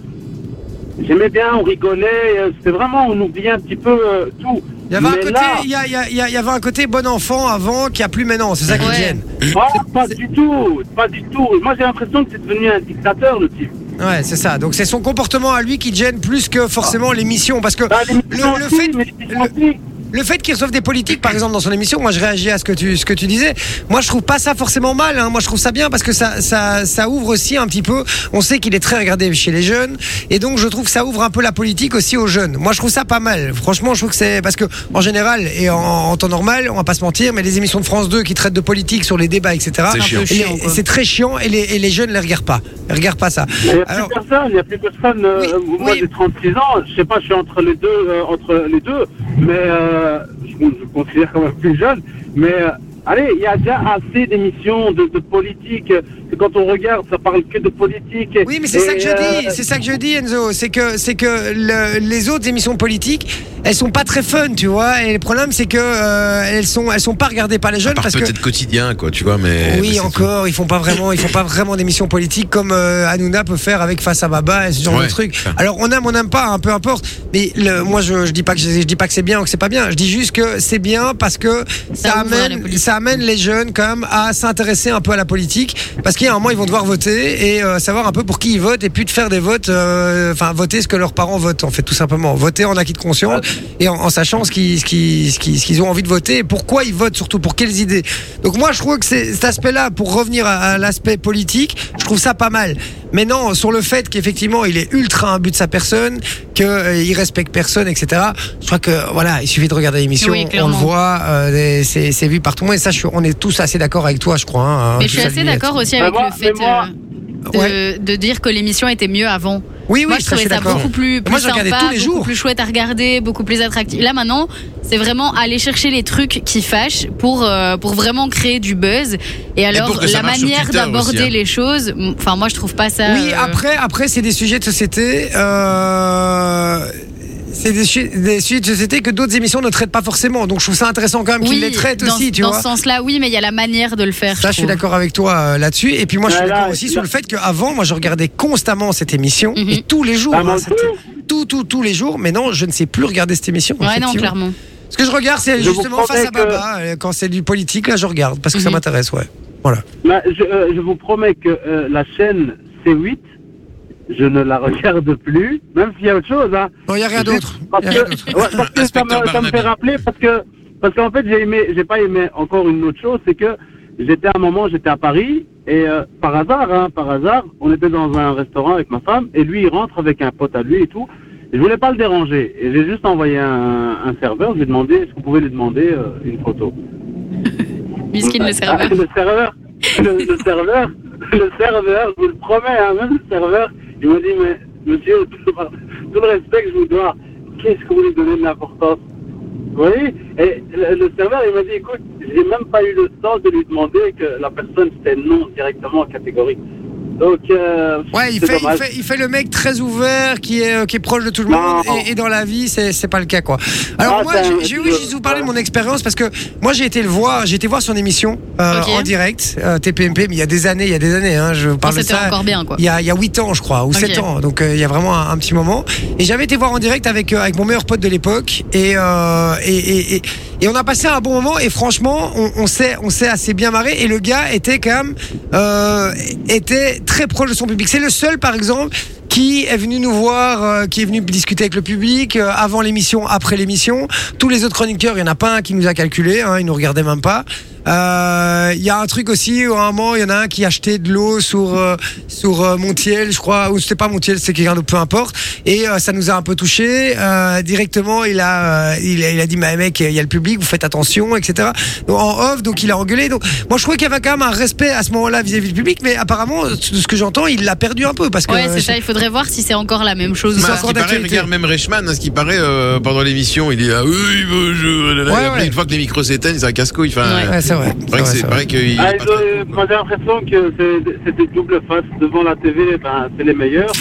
G: J'aimais bien, on rigolait, euh, c'était vraiment, on oubliait un petit peu euh, tout.
A: Il y avait un
G: Mais
A: côté,
G: là-
A: il y, a- il y a- il y a- il y avait un côté bon enfant avant qu'il n'y a plus maintenant, c'est ça qui te
D: Ouais.
A: gêne.
G: Ah, pas du tout, pas du tout. Moi j'ai l'impression que c'est devenu un dictateur le type.
A: Ouais, c'est ça. Donc c'est son comportement à lui qui te gêne plus que forcément l'émission, parce que
G: Bah, les
A: le, le
G: petits
A: fait,
G: gentils, mais les petits
A: le-
G: gentils.
A: Le fait qu'il reçoive des politiques, par exemple, dans son émission, moi je réagis à ce que tu, ce que tu disais. Moi je trouve pas ça forcément mal. hein. Moi je trouve ça bien parce que ça, ça, ça ouvre aussi un petit peu. On sait qu'il est très regardé chez les jeunes et donc je trouve que ça ouvre un peu la politique aussi aux jeunes. Moi je trouve ça pas mal. Franchement, je trouve que c'est parce que en général et en, en temps normal, on va pas se mentir, mais les émissions de France 2 qui traitent de politique sur les débats, etc.
B: C'est chiant.
A: les- C'est très chiant et les, et les jeunes les regardent pas. Ils regardent pas ça.
G: Il n'y a
A: Alors-
G: plus personne, il n'y a plus personne. euh,
A: Oui,
G: euh, moi
A: oui.
G: j'ai 36 ans, je sais pas, je suis entre les deux, euh, entre les deux mais euh, je, me- je me considère quand même plus jeune. Mais euh, allez, il y a déjà assez d'émissions de, de politique. C'est Quand on regarde, ça parle que de politique.
A: Oui, mais c'est
G: Et,
A: ça que je dis,
G: euh,
A: c'est ça que je dis, Enzo. C'est que, c'est que le- les autres émissions politiques, elles sont pas très fun, tu vois. Et le problème, c'est que euh, elles sont, elles sont pas regardées par les jeunes
B: Par
A: parce que.
B: peut-être quotidien, quoi, tu vois, mais. mais
A: Oui,
B: c'est
A: encore, ils font pas vraiment, ils font pas vraiment d'émissions politiques comme euh, Hanouna peut faire avec Face à Baba et ce genre
B: Ouais.
A: de truc. Alors on aime, on n'aime pas, hein, peu importe. Mais le, moi, je, je dis pas que je, je dis pas que c'est bien ou que c'est pas bien. Je dis juste que c'est bien parce que ça,
C: Ça ouvre la
A: amène,
C: politique.
A: ça amène les jeunes quand même à s'intéresser un peu à la politique parce qu'il y a un moment ils vont devoir voter et euh, savoir un peu pour qui ils votent et puis de faire des votes, euh, enfin voter ce que leurs parents votent en fait tout simplement. Voter en acquis de conscience et en, en sachant ce qu'ils ce qui- ce qui- ce qu'ils ont envie de voter et pourquoi ils votent surtout pour quelles idées. Donc moi je trouve que c'est cet aspect-là pour revenir à, à l'aspect politique, je trouve ça pas mal. Mais non sur le fait qu'effectivement il est ultra imbu de sa personne, qu'il respecte personne, etc. Je crois que voilà il suffit de regarder l'émission,
C: Oui,
A: on le
C: clairement.
A: voit voit, euh, c'est c'est vu par tout le monde. Et ça, je suis- on est tous assez d'accord avec toi, je crois. hein,
C: Mais
A: hein,
C: je suis
A: tous
C: assez
A: alignés
C: d'accord aussi
G: Mais
C: avec
D: Bah,
G: moi-
C: le fait
G: mais moi-
C: euh, de,
A: Ouais.
C: de dire que l'émission était mieux avant.
A: Oui, oui,
C: moi,
A: je
C: je
A: suis assez
C: trouvais ça
A: d'accord.
C: beaucoup plus, plus
A: Moi, je
C: sympa,
A: regardais tous les
C: beaucoup
A: jours.
C: plus chouette à regarder, beaucoup plus attractif. Là, maintenant, c'est vraiment aller chercher les trucs qui fâchent pour, euh, pour vraiment créer du buzz. Et
B: pour
C: alors,
B: que ça
C: la
B: marche sur
C: manière
B: Twitter
C: d'aborder
B: aussi, hein.
C: les choses, m- enfin, moi, je trouve pas ça.
A: Oui,
C: euh,
A: après, après c'est des sujets de société. Euh... C'est des, su- des sujets de société que d'autres émissions ne traitent pas forcément. Donc je trouve ça intéressant quand même qu'ils
C: Oui,
A: les traitent
C: dans,
A: aussi, tu
C: dans
A: vois.
C: ce sens-là, oui, mais il y a la manière de le faire.
A: Ça, je suis
C: trouve.
A: d'accord avec toi euh, là-dessus. Et puis moi, je suis
G: Voilà,
A: d'accord aussi
G: là-
A: sur le fait qu'avant, moi, je regardais constamment cette émission
C: Mhm.
A: et tous les jours,
G: Ah, moi
A: c'était tout, tout, tous les jours. Mais non, je ne sais plus regarder cette émission.
C: Ouais, non,
A: effectivement.
C: clairement.
A: Ce que je regarde, c'est
G: Je vous
A: justement face
G: promets
A: à Baba. euh, Quand c'est du politique, là, je regarde parce que ça
C: Mhm.
A: m'intéresse, ouais.
G: Là, je, euh, je vous promets que euh, la chaîne C8, je ne la regarde plus, même s'il y a autre chose. Hein.
A: Non, il n'y a rien d'autre.
G: Parce
A: Y a rien
G: que,
A: d'autre.
G: ouais, parce que ça, me, ça me fait rappeler, parce que parce qu'en fait, j'ai aimé, j'ai pas aimé encore une autre chose, c'est que j'étais à un moment, j'étais à Paris, et euh, par hasard, hein, par hasard, on était dans un restaurant avec ma femme, et lui, il rentre avec un pote à lui et tout. Et je voulais pas le déranger, et j'ai juste envoyé un, un serveur, je lui ai demandé, est-ce que vous pouvez lui demander euh, une photo
C: Miskin le
G: ah,
C: serveur.
G: le serveur, le, le serveur, le serveur, je vous le promets, hein, même le serveur, il m'a dit, mais monsieur, tout, le- tout le respect que je vous dois, qu'est-ce que vous lui donnez de l'importance Vous voyez Et le, le serveur, il m'a dit, écoute, j'ai même pas eu le temps de lui demander que la personne c'était non directement en catégorie. Donc, euh,
A: Ouais, il
G: c'est
A: fait, il,
G: dommage.
A: fait, il fait le mec très ouvert, qui est, euh, qui est proche de tout le monde,
G: Non.
A: et, et dans la vie, c'est c'est pas le cas, quoi. Alors,
G: Ah,
A: moi,
G: ça,
A: j'ai- j'ai oui,
G: euh,
A: je vais vous parler de mon expérience, parce que moi, j'ai été le voir, j'ai été voir son émission euh,
C: Ok.
A: en direct, euh, TPMP, mais il y a des années, il y a des années, hein, je vous
G: Oh,
A: parle de
C: C'était
A: ça.
C: encore bien, quoi.
A: Il y, a, il y a 8 ans, je crois, ou
C: Ok.
A: 7 ans. Donc, euh, il y a vraiment un, un petit moment. Et j'avais été voir en direct avec, euh, avec mon meilleur pote de l'époque. Et, euh, et, et, et, et on a passé un bon moment. Et franchement, on, on s'est on s'est assez bien marré. Et le gars était quand même euh, était très proche de son public. C'est le seul, par exemple, qui est venu nous voir, euh, qui est venu discuter avec le public euh, avant l'émission, après l'émission. Tous les autres chroniqueurs, il y en a pas un qui nous a calculé, hein, ils nous regardaient même pas. Euh, Il y a un truc aussi, où à un moment, il y en a un qui achetait de l'eau sur euh, sur euh, Montiel, je crois, ou c'était pas Montiel, c'est quelqu'un d'autre, peu importe. Et euh, ça nous a un peu touché. Euh, directement, il a, euh, il a il a dit, mais mec, il y a le public, vous faites attention, etc. Donc, en off, donc il a engueulé. Donc moi, je trouvais qu'il y avait quand même un respect à ce moment-là vis-à-vis du public, mais apparemment, de ce que j'entends, il l'a perdu un peu parce que
C: Ouais,
A: euh,
C: c'est
A: je sais
C: ça, il faudrait voir si c'est encore la même chose.
A: Ils
C: ou
A: sont
C: pas.
B: Bah, à ce qui
A: encore
B: paraît,
A: d'actualité.
B: regarde même Reichmann, à ce qui paraît euh, pendant l'émission, il dit ah oui bonjour. là, là, là.
A: Ouais,
B: Et après,
A: ouais.
B: Une fois que les micros s'éteignent, c'est un casse-couille. Enfin,
C: Ouais.
A: Ouais, c'est vrai.
B: c'est vrai que c'est vrai qu'il. est
G: Ah,
B: pas
G: ils
B: très
G: ont-
B: cool, quoi.
G: moi j'ai l'impression que c'est- c'est des doubles faces. Devant la TV, ben, c'est les meilleurs.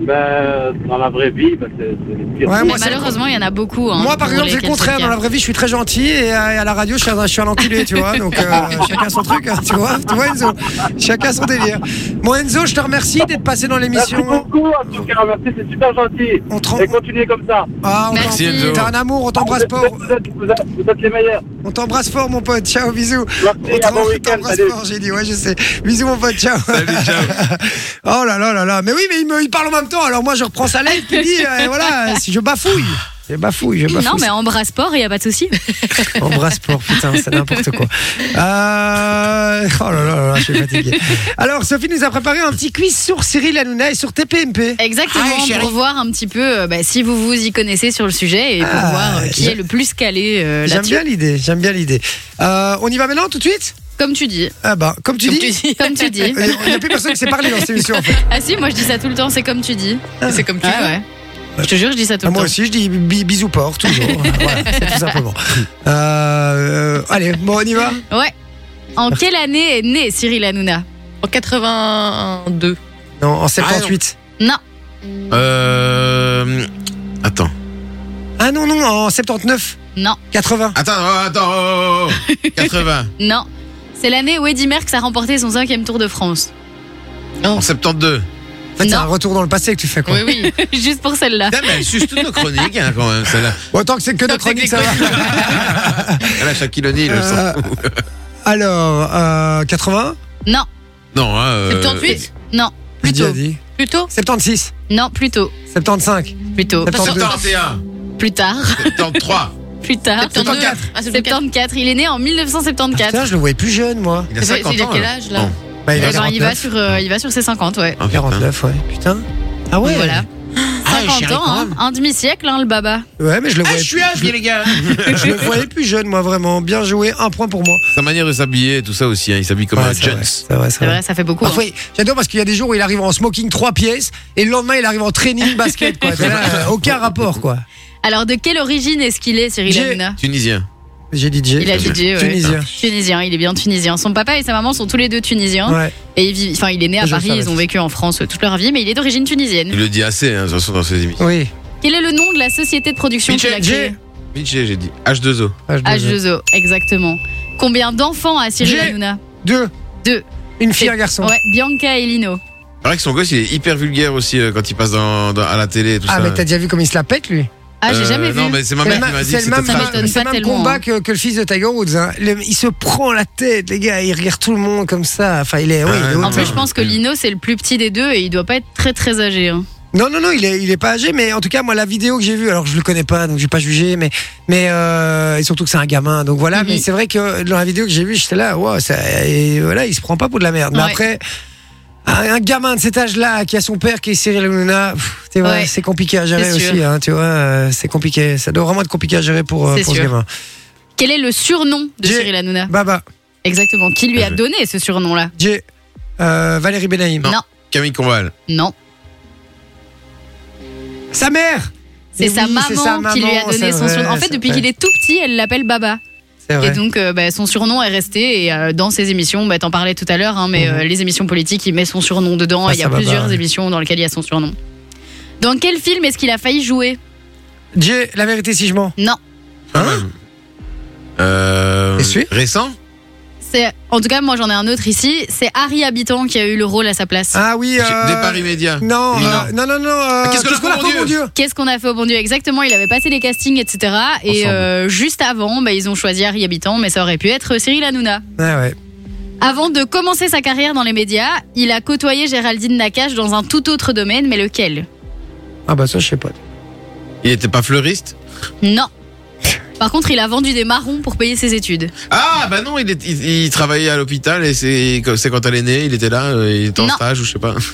G: Ben, dans la vraie vie, ben, c'est c'est les pires.
A: Ouais,
C: Mais
A: moi, c'est-
C: malheureusement, il y en a beaucoup. hein,
A: Moi, par
C: pour
A: exemple,
C: les
A: c'est le contraire.
C: classiques,
A: Dans la
C: hein.
A: vraie vie, je suis très gentil et à, et à la radio, je suis un, je suis un enculé, tu vois. Donc, euh, chacun son truc, hein, tu vois. Tu vois, Enzo Chacun son délire. Bon, Enzo, je te remercie d'être passé dans
G: Merci
A: l'émission.
G: beaucoup, en tout cas, merci, c'est super gentil.
A: On te rend-
G: Et continuez comme ça.
A: Ah, on t'en-
C: Merci,
B: Enzo.
A: T'es un amour, on
G: Vous
A: t'embrasse
G: êtes,
A: fort.
G: vous êtes- vous êtes- vous êtes les meilleurs.
A: On t'embrasse fort, mon pote. Ciao, bisous.
G: Merci,
A: on
G: à bon
A: t'en-
G: week-end,
A: t'embrasse
G: salut.
A: fort, j'ai dit. Ouais, je sais. Bisous, mon pote. Ciao.
B: Salut, ciao.
A: oh là là là là. Mais oui, mais il, me, il parle en même temps. Alors moi, je reprends sa lettre. Puis dit, euh, voilà, si je bafouille. Je bafouille, je bafouille.
C: Non, mais en bras sport, il n'y a pas de souci.
A: Embrasse pour putain, c'est n'importe quoi. Euh, Oh là là là, là, je suis fatigué. Alors, Sophie nous a préparé un petit quiz sur Cyril Hanouna et sur TPMP. Ah,
C: Exactement, pour voir un petit peu euh, bah, si vous vous y connaissez sur le sujet et pour
A: Ah,
C: voir euh, qui
A: j'aime-
C: est le plus calé euh,
A: J'aime
C: là-dessus.
A: bien l'idée, j'aime bien l'idée. Euh, on y va maintenant tout de suite
C: Comme tu dis.
A: Ah bah, comme tu
D: Comme
A: dis.
D: tu dis.
C: Comme tu dis.
A: euh, Il n'y a plus personne qui s'est parlé dans cette émission en fait.
C: Ah si, moi je dis ça tout le temps, c'est comme tu dis.
D: C'est comme tu
C: Ah
D: veux.
C: ouais. Je te jure, je dis ça tout
A: Ah,
C: le temps.
A: moi aussi, je dis bi- bisous port, toujours. voilà, c'est tout simplement. Euh, euh, allez, bon, on y va
C: Ouais. En quelle année est né Cyril Hanouna
D: En 82.
A: Non, en 78.
C: Non,
B: Euh, Attends.
A: Ah non, non, en 79,
C: non,
A: 80.
B: Attends, oh, attends, oh, oh, oh. 80.
C: non. C'est l'année où Eddy Merckx a remporté son cinquième Tour de France.
B: en 72.
A: En fait, c'est
C: Non.
A: un retour dans le passé que tu fais quoi.
D: Oui, oui.
C: Juste pour celle-là.
B: Putain, mais elle suce toutes nos chroniques, hein, quand même, celle-là.
A: Autant que c'est que notre
D: c'est que
A: chronique, ça va.
B: Elle a Shaquille O'Neal, le
A: Euh,
B: sang.
A: Alors, euh, 80
C: Non,
B: Non, hein. euh,
D: 78
C: non,
A: j'ai déjà
C: plutôt.
A: dit.
D: plutôt
A: 76,
C: Non, plutôt.
A: 75,
C: Plutôt.
A: 72.
B: 71,
C: Plus tard.
B: 73.
C: Plus tard.
A: 74.
D: Ah, 74.
C: 74. Il est né en
A: Putain,
C: 1974.
A: je le voyais plus jeune, moi.
B: Il a
D: Ça fait-
B: 50
D: il a
B: ans.
D: quel âge, là
B: Non.
A: Bah,
C: Eh
A: il a
C: ben, il va
A: 49.
C: sur, euh, il va sur ses 50, ouais.
B: Ah, putain.
A: 49, ouais. Putain. Ah ouais.
C: Donc voilà.
A: Ah,
C: 50 ans, hein. un demi-siècle, hein, le baba.
A: Ouais, mais je le
C: Ah,
A: voyais. plus-
B: les gars.
A: je le voyais plus jeune, moi, vraiment. Bien joué, un point pour moi.
B: hein. Sa manière de s'habiller, tout ça aussi, hein, il s'habille comme
A: Ouais, Ah,
B: un
A: c'est
B: Jones.
A: vrai, C'est vrai, c'est
C: C'est
A: vrai.
C: vrai, ça fait beaucoup. hein.
A: Parfois, j'adore parce qu'il y a des jours où il arrive en smoking trois pièces et le lendemain il arrive en training basket quoi. T'es là, euh, aucun rapport quoi.
C: hein. Alors, de quelle origine est-ce qu'il est, Cyril
A: J'ai-
C: Hanouna
B: Tunisien.
A: J'ai dit Jay.
C: Il a dit, ouais.
A: Tunisien.
C: Tunisien, il est bien tunisien. Son papa et sa maman sont tous les deux tunisiens.
A: Ouais.
C: Et il, vit- enfin, il est né à
A: Je
C: Paris,
A: savais.
C: ils ont vécu en France euh, toute leur vie, mais il est d'origine tunisienne.
B: Il le dit assez, hein, de toute façon, dans ses émissions.
A: Oui.
C: Quel est le nom de la société de production qu'il a créée
B: Vinci, j'ai dit. H2O.
A: Ah,
C: Ah,
A: H2.
C: H2O, exactement. Combien d'enfants a Cyril
A: J'ai-
C: Hanouna
A: Deux.
C: Deux.
A: Une fille,
C: C'est-
A: un garçon.
C: Ouais, Bianca et Lino.
B: C'est vrai que son gosse, il est hyper vulgaire aussi euh, quand il passe dans, dans- à la télé et tout
A: Ah,
B: ça.
A: mais t'as déjà vu comme il se la pète lui
C: Ah, j'ai
B: Euh,
C: jamais vu.
B: Non, mais c'est ma
A: C'est le
B: mère qui
A: même-
B: m'a dit
A: C'est
B: que
A: le
B: c'était
A: même,
C: Ça
B: pas-
C: m'étonne
A: c'est le
C: pas
A: même
C: tellement,
A: combat
C: hein.
A: que, que le fils de Tiger Woods. hein. Le- il se prend la tête, les gars. Il regarde tout le monde comme ça. Enfin, il est. oui,
B: Ah,
A: il est
B: ouais.
A: haut.
C: En plus, je pense que Lino, c'est le plus petit des deux et il doit pas être très très âgé. hein.
A: Non, non, non, il est, il est pas âgé, mais en tout cas, moi, la vidéo que j'ai vue, alors je le connais pas, donc je vais pas juger, mais, mais euh, et surtout que c'est un gamin, donc voilà.
C: Mhm.
A: Mais c'est vrai que dans la vidéo que j'ai vue, j'étais là, wow, ça, et voilà, il se prend pas pour de la merde. Mais
C: Ouais.
A: après, un, un gamin de cet âge-là, qui a son père, qui est Cyril Hanouna, pff, tu vois,
C: Ouais.
A: c'est compliqué à gérer
C: C'est sûr.
A: aussi, hein, tu vois, euh, c'est compliqué. Ça doit vraiment être compliqué à gérer pour, euh,
C: C'est
A: pour ce
C: sûr.
A: gamin.
C: Quel est le surnom de
A: J'ai-
C: Cyril Hanouna
A: Baba,
C: Exactement. Qui lui a
B: Bien
C: donné ce surnom-là
A: j'ai euh, Valérie Benaïm.
B: Non.
C: Non.
B: Camille Combal.
C: Non.
A: Sa mère
C: C'est
A: Mais
C: sa,
A: oui, c'est sa
C: maman qui lui a
A: maman,
C: donné
A: c'est
C: son surnom. En
A: vrai,
C: fait,
A: c'est
C: depuis
A: vrai.
C: qu'il est tout petit, elle l'appelle Baba.
A: C'est vrai.
C: Et donc, euh, bah, son surnom est resté. Et euh, dans ses émissions, bah, t'en parlais tout à l'heure, hein, mais
A: Mhm.
C: euh, les émissions politiques, il met son surnom dedans.
A: Ah,
C: et il y
A: ça
C: a
A: va
C: plusieurs
A: pas, ouais.
C: émissions dans lesquelles il y a son surnom. Dans quel film est-ce qu'il a failli jouer
A: Dieu, la vérité si je mens.
C: Non.
A: Hein
B: Euh,
A: Et celui
B: récent
C: C'est, en tout cas, moi j'en ai un autre ici. C'est Harry Habitant qui a eu le rôle à sa place.
A: ah oui. euh,
B: Départ immédiat.
A: Non,
B: Oui,
A: euh, non, non, non. euh,
B: qu'est-ce qu'on a fait, mon
A: fait,
B: Dieu
C: Qu'est-ce qu'on a fait au bon Dieu Exactement, il avait passé les castings, etc. Et
B: Ensemble.
C: euh, juste avant, bah, ils ont choisi Harry Habitant, mais ça aurait pu être Cyril Hanouna.
A: Ah ouais.
C: Avant de commencer sa carrière dans les médias, il a côtoyé Géraldine Nakache dans un tout autre domaine, mais lequel
A: Ah bah ça je sais pas.
B: Il était pas fleuriste
C: Non. Par contre, il a vendu des marrons pour payer ses études.
B: Ah bah non, il, est- il, il travaillait à l'hôpital et c'est c'est quand elle est née, il était là, euh, il était en
C: Non.
B: stage ou je sais pas.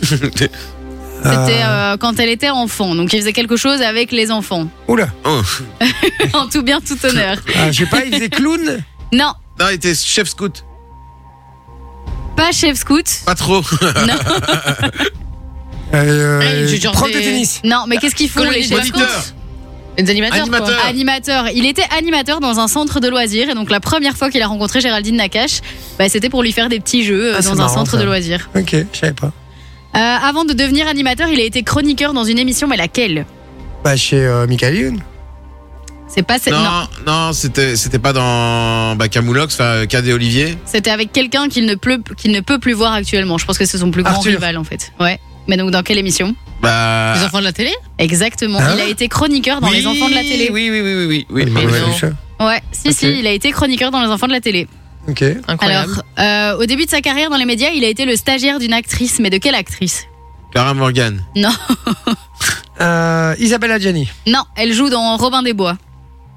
A: Ah.
C: C'était euh, quand elle était enfant, donc il faisait quelque chose avec les enfants.
A: Euh, Oula.
B: Oh.
C: en tout bien, tout honneur.
A: Ah, je sais pas, il faisait clown. Euh,
C: Non,
B: Non, il était chef scout.
C: pas chef scout.
B: Pas trop.
A: Euh,
D: Ah, il joue genre
A: prof de
D: des-
A: tennis.
C: Non, mais qu'est-ce qu'ils font les chefs scouts
B: Auditeur.
D: Les animateurs,
B: Animateur.
D: quoi.
C: Animateur. Il était animateur dans un centre de loisirs. Et donc, la première fois qu'il a rencontré Géraldine Nakache, bah, c'était pour lui faire des petits jeux euh,
A: Ah, c'est
C: dans un
A: marrant,
C: centre
A: ça.
C: de loisirs.
A: Ok, je savais pas.
C: Euh, avant de devenir animateur, il a été chroniqueur dans une émission, mais laquelle
A: Bah chez euh, Michael Youn.
C: C'est pas cette.
B: Non,
C: non.
B: non, c'était c'était pas dans bah, Camoulox, enfin Cadet Olivier.
C: C'était avec quelqu'un qu'il ne, pleut- qu'il ne peut plus voir actuellement. Je pense que c'est son plus grand
A: Arthur.
C: rival, en fait. Ouais. Mais donc, dans quelle émission
B: Bah
D: Les enfants de la télé
C: Exactement.
A: Hein
C: il a été chroniqueur dans
B: oui,
C: Les Enfants de la télé.
B: Oui oui oui oui oui. oui.
A: Bah,
D: mais
A: ouais,
D: non.
A: je sais.
C: Ouais, si,
A: Ok.
C: si, il a été chroniqueur dans Les Enfants de la télé.
A: Ok.
D: Incroyable.
C: Alors, euh, au début de sa carrière dans les médias, il a été le stagiaire d'une actrice. Mais de quelle actrice
B: Clara Morgan.
A: Euh, Isabelle Adjani.
C: Non, elle joue dans Robin des Bois.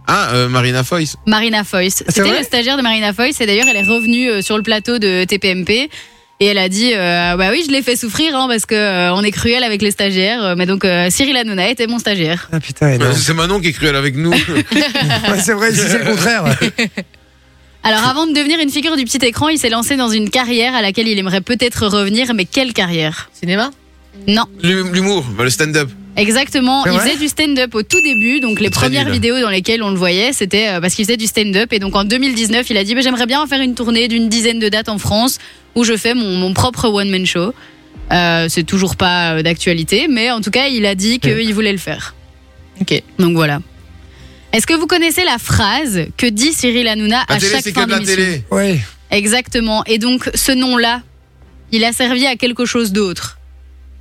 B: Ah euh, Marina Foïs.
C: Marina Foïs.
A: Ah, c'est
C: C'était
A: vrai
C: le stagiaire de Marina Foïs et d'ailleurs elle est revenue euh, sur le plateau de TPMP et elle a dit euh, bah oui je l'ai fait souffrir hein, parce que euh, on est cruel avec les stagiaires euh, mais donc euh, Cyril Hanouna était mon stagiaire.
A: Ah putain, et non.
B: Bah, C'est Manon qui est cruelle avec nous.
A: Ouais, c'est vrai, ici c'est le contraire.
C: Alors avant de devenir une figure du petit écran il s'est lancé dans une carrière à laquelle il aimerait peut-être revenir mais quelle carrière
D: Cinéma
C: Non
B: L'hum- L'humour, bah, le stand-up.
C: exactement
A: C'est
C: il
A: vrai
C: faisait du stand-up au tout début donc les
B: C'est très
C: premières
B: nul.
C: vidéos dans lesquelles on le voyait c'était euh, parce qu'il faisait du stand-up et donc en 2019 il a dit bah, j'aimerais bien faire une tournée d'une dizaine de dates en France où je fais mon, mon propre one-man show. Euh, c'est toujours pas euh, d'actualité, mais en tout cas, il a dit qu'il voulait le faire.
D: Ok.
C: Donc voilà. Est-ce que vous connaissez la phrase que dit Cyril Hanouna
B: La
C: à
B: télé,
C: chaque
B: c'est que
C: fin
B: de la
C: d'émission
B: télé.
A: Ouais.
C: Exactement. Et donc, ce nom-là, il a servi à quelque chose d'autre.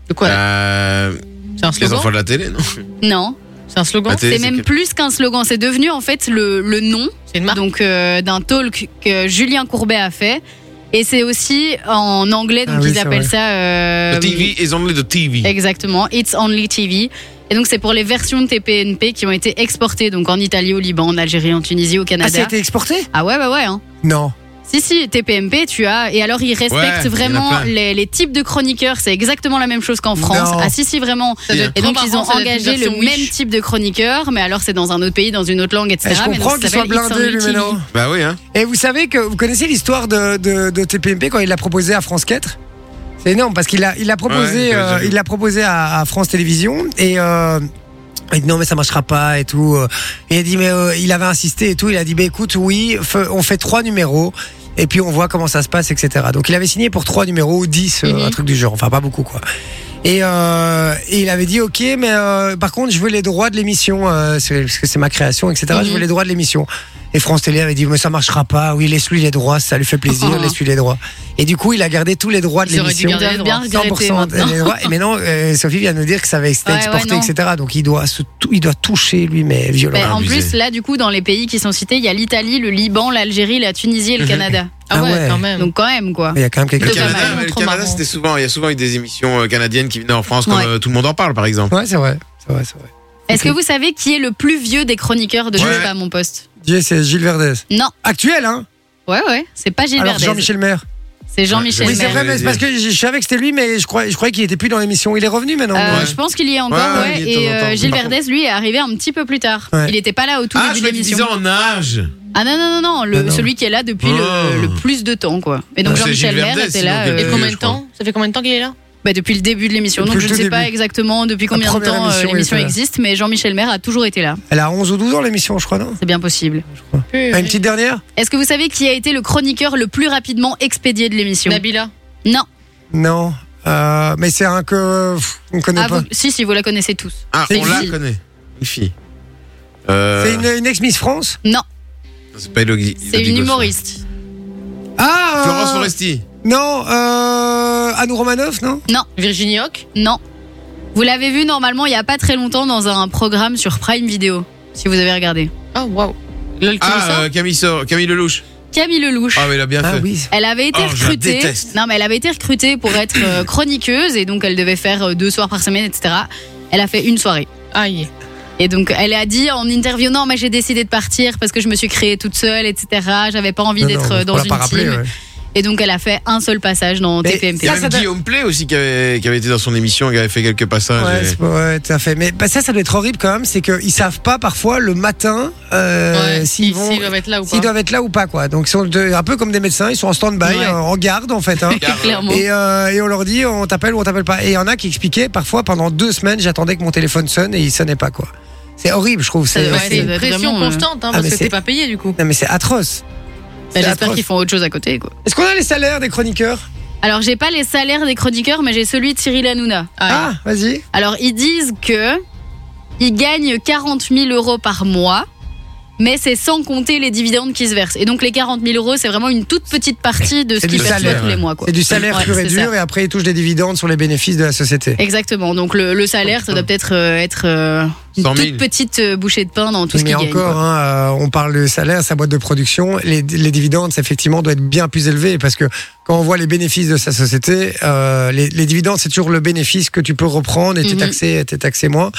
D: De quoi là
B: Euh,
D: C'est un
B: les
D: slogan
B: enfants de la télé, non
C: Non,
D: C'est un slogan
B: La télé,
C: c'est même
B: que-
C: plus qu'un slogan. C'est devenu en fait le, le nom
D: C'est une marque
C: donc euh, d'un talk que Julien Courbet a fait. Et c'est aussi en anglais, donc
A: Ah oui,
C: ils
A: c'est
C: appellent
A: vrai.
C: ça. euh,
B: The TV is only the TV.
C: Exactement, It's Only TV. Et donc c'est pour les versions de TPNP qui ont été exportées donc en Italie, au Liban, en Algérie, en Tunisie, au
A: Ah, ça a
C: Canada.
A: été exporté
C: Ah, ouais, bah ouais. Hein.
A: Non.
C: Si, si, TPMP, tu as. Et alors, ils respectent
B: il y en a
C: vraiment
B: plein.
C: les, les types de chroniqueurs. C'est exactement la même chose qu'en France.
A: Non.
C: Ah, si, si, vraiment.
D: Ça doit être
C: Et
D: trop
C: donc, ils ont
D: marrant, ça doit être une
C: engagé le
D: version Wish.
C: même type de chroniqueur, mais alors c'est dans un autre pays, dans une autre langue, etc.
A: Eh, je
C: Mais donc,
A: comprends
C: ça
A: qu'il soit
C: s'appelle It's
A: blindé,
C: Only
A: lui,
C: TV.
A: maintenant.
B: Bah oui, hein.
A: Et vous savez que vous connaissez l'histoire de, de, de TPMP quand il l'a proposé à France 4 C'est énorme parce qu'il l'a il l'a
B: Ouais,
A: proposé,
B: je l'ai
A: euh,
B: déjà vu.
A: il l'a proposé à, à France Télévisions et. euh, il dit non mais ça marchera pas et tout. euh. Et il a dit mais euh, il avait insisté et tout. Il a dit bah écoute oui fe- on fait trois numéros et puis on voit comment ça se passe etc. Donc il avait signé pour trois numéros ou dix euh, un truc du genre enfin pas beaucoup quoi. Et, euh, et il avait dit ok mais euh, par contre je veux les droits de l'émission euh, c'est- parce que c'est ma création etc. Je veux
C: Mhm.
A: les droits de l'émission. Et France Télé avait dit mais ça marchera pas. Oui laisse-lui les droits ça lui fait plaisir
C: Oh.
A: laisse-lui les droits. Et du coup il a gardé tous les droits de
D: Ils auraient dû
A: l'émission.
D: garder
C: Ils doivent bien regretter
A: 100%
C: maintenant.
A: des droits. Et maintenant, euh, Sophie vient de nous dire que ça avait été
C: Ouais,
A: exporté,
C: ouais, non.
A: etc. Donc il doit, se tou- il doit toucher lui, mais
C: Ben,
A: violemment.
B: Ah,
C: en
B: abusé.
C: plus, là, du coup, dans les pays qui sont cités, il y a l'Italie, le Liban, l'Algérie, la Tunisie et le Canada.
A: Ah
D: Ah ouais,
A: ouais.
D: quand même.
C: Donc, quand même, quoi.
A: Il y a quand même
B: Le
A: quelqu'un.
C: Dommage.
B: Canada,
D: Dommage.
B: mais le
D: Trop
B: Canada,
D: marrant.
B: c'était souvent, il y a souvent eu des émissions euh, canadiennes qui venaient en France, comme
C: Ouais.
B: euh, tout le monde en parle, par exemple.
A: Ouais, c'est vrai. C'est vrai, c'est vrai.
C: Est-ce
A: Ok.
C: que vous savez qui est le plus vieux des chroniqueurs de Je
B: Ouais.
C: sais pas mon poste
A: Dieu, c'est Gilles Verdez.
C: Non.
A: Actuel, hein
C: Ouais, ouais. C'est pas Gilles
A: Alors
C: Verdez.
A: Jean-Michel Maire.
C: C'est Jean-Michel
B: Ouais,
A: Oui, c'est
C: Maire.
A: vrai, mais c'est parce que je je savais que c'était lui, mais je croyais, je croyais qu'il était plus dans l'émission. Il est revenu maintenant.
C: Euh,
B: Ouais.
C: Je pense qu'il y est encore,
B: Ouais,
C: ouais.
B: il y est de
C: Et
B: temps en
C: euh,
B: temps.
C: Gilles
B: Par
C: Verdez, lui, est arrivé un petit peu plus tard.
A: Ouais.
C: Il n'était pas là au tout
B: Ah, je
C: début de
B: crois qu'il disait
C: l'émission.
B: en âge.
C: Ah non, non, non, non, le-
A: Non, non.
C: celui qui est là depuis
B: Oh.
C: le, le plus de temps, quoi. Et donc
B: Ah, c'est
C: Jean-Michel
B: Gilles
C: Maire
B: Verdez,
C: était là.
B: sinon,
C: euh,
D: Et
B: Euh,
D: combien
B: je
D: de temps Ça fait combien de temps qu'il est là
C: bah, depuis le début de l'émission.
A: Depuis
C: Donc je
A: le
C: ne sais
A: tout
C: pas
A: début.
C: exactement depuis
A: La
C: combien de
A: première
C: temps euh,
A: émission, il
C: l'émission
A: était là.
C: existe, mais Jean-Michel Maire a toujours été là.
A: Elle a 11 ou 12 ans l'émission, je crois, non
C: C'est bien possible.
A: Ah, Une petite dernière
C: Est-ce que vous savez qui a été le chroniqueur le plus rapidement expédié de l'émission
D: Nabila.
C: Non.
A: Non. Euh, mais c'est un que pff, on connaît
C: Ah,
A: pas.
C: vous- Si, si, vous la connaissez tous.
B: Ah,
A: C'est
B: on
A: une
B: la
C: fille.
B: connaît. Une fille. Euh,
A: C'est une, une ex Miss France
C: Non,
B: C'est pas Elodie.
C: c'est une humoriste.
A: Ah euh,
B: Florence Foresti.
A: Non, euh, Anou Romanoff, non
D: Virginie Hoc.
C: Non. Vous l'avez vu normalement il n'y a pas très longtemps dans un programme sur Prime Video, si vous avez regardé.
D: Ah, waouh. Lol, comment
B: Ah,
D: ça
B: euh, Camille, Sor- Camille Lelouch.
C: Camille Lelouch.
B: Ah, mais il a bien
A: Ah
B: fait.
A: oui. c'est-
C: Elle avait été
B: Oh, je la
C: recrutée.
B: déteste.
C: Non, mais elle avait été recrutée pour être euh, chroniqueuse et donc elle devait faire euh, deux soirs par semaine, etc. Elle a fait une soirée.
D: Aïe.
C: Et donc elle a dit en interview non mais j'ai décidé de partir parce que je me suis créée toute seule, etc. J'avais pas envie
A: Non, non,
C: d'être
A: on
C: euh, dans
A: l'a
C: une
A: pas
C: team.
A: rappelé, ouais.
C: Et donc elle a fait un seul passage dans
A: Mais
B: Il y
C: TPMP.
B: a
A: Ah, Ça,
B: même
A: ça-
B: Guillaume Play aussi qui avait, qui avait été dans son émission, qui avait fait quelques
A: Ouais,
B: passages.
A: c'est pas- ouais, tout à fait. Mais bah, ça, ça doit être horrible quand même, c'est qu'ils savent pas parfois le matin euh, s'ils
D: Ouais, S'ils
A: vont,
D: s'ils doivent être là ou
A: s'ils
D: pas.
A: doivent être là ou pas quoi. Donc ils sont de- un peu comme des médecins, ils sont en stand-by,
C: Ouais.
A: euh, en garde en fait. hein.
B: Et- Car-
C: Clairement.
A: Et, euh, et on leur dit on t'appelle ou on t'appelle pas. Et il y en a qui expliquaient parfois pendant deux semaines j'attendais que mon téléphone sonne et il sonnait pas quoi. C'est horrible je trouve.
C: Ça
A: C'est,
C: doit
A: c'est-
D: C'est
C: doit
D: une
C: être
D: pression
C: vraiment, euh,
D: constante, hein,
A: Ah,
D: parce
A: mais
D: que
A: c'est-
D: t'es pas payé du coup.
A: Non mais c'est atroce.
C: Bah,
A: C'est
C: J'espère
A: atroce.
C: qu'ils font autre chose à côté. Quoi.
A: Est-ce qu'on a les salaires des chroniqueurs
C: Alors j'ai pas les salaires des chroniqueurs, mais j'ai celui de Cyril Hanouna.
A: Ah vas-y.
C: Alors ils disent que ils gagnent 40 000 euros par mois, mais c'est sans compter les dividendes qui se versent. Et donc les 40 000 euros, c'est vraiment une toute petite partie de
A: C'est
C: ce qu'ils
A: du
C: perçoivent
A: salaire,
C: tous les mois. Quoi.
A: C'est du salaire
C: Ouais,
A: pur et
C: c'est ça.
A: dur et après ils touchent des dividendes sur les bénéfices de la société.
C: Exactement. Donc le, le salaire, ça doit peut-être euh, être euh, une
B: 100 000.
C: toute petite euh, bouchée de pain dans tout ce
A: mais
C: qu'ils gagnent.
A: encore,
C: quoi.
A: hein, euh, on parle de salaire, sa boîte de production, les, les dividendes, ça, effectivement, doit être bien plus élevé parce que quand on voit les bénéfices de sa société, euh, les, les dividendes, c'est toujours le bénéfice que tu peux reprendre et t'es
C: Mhm.
A: taxé, t'es taxé moins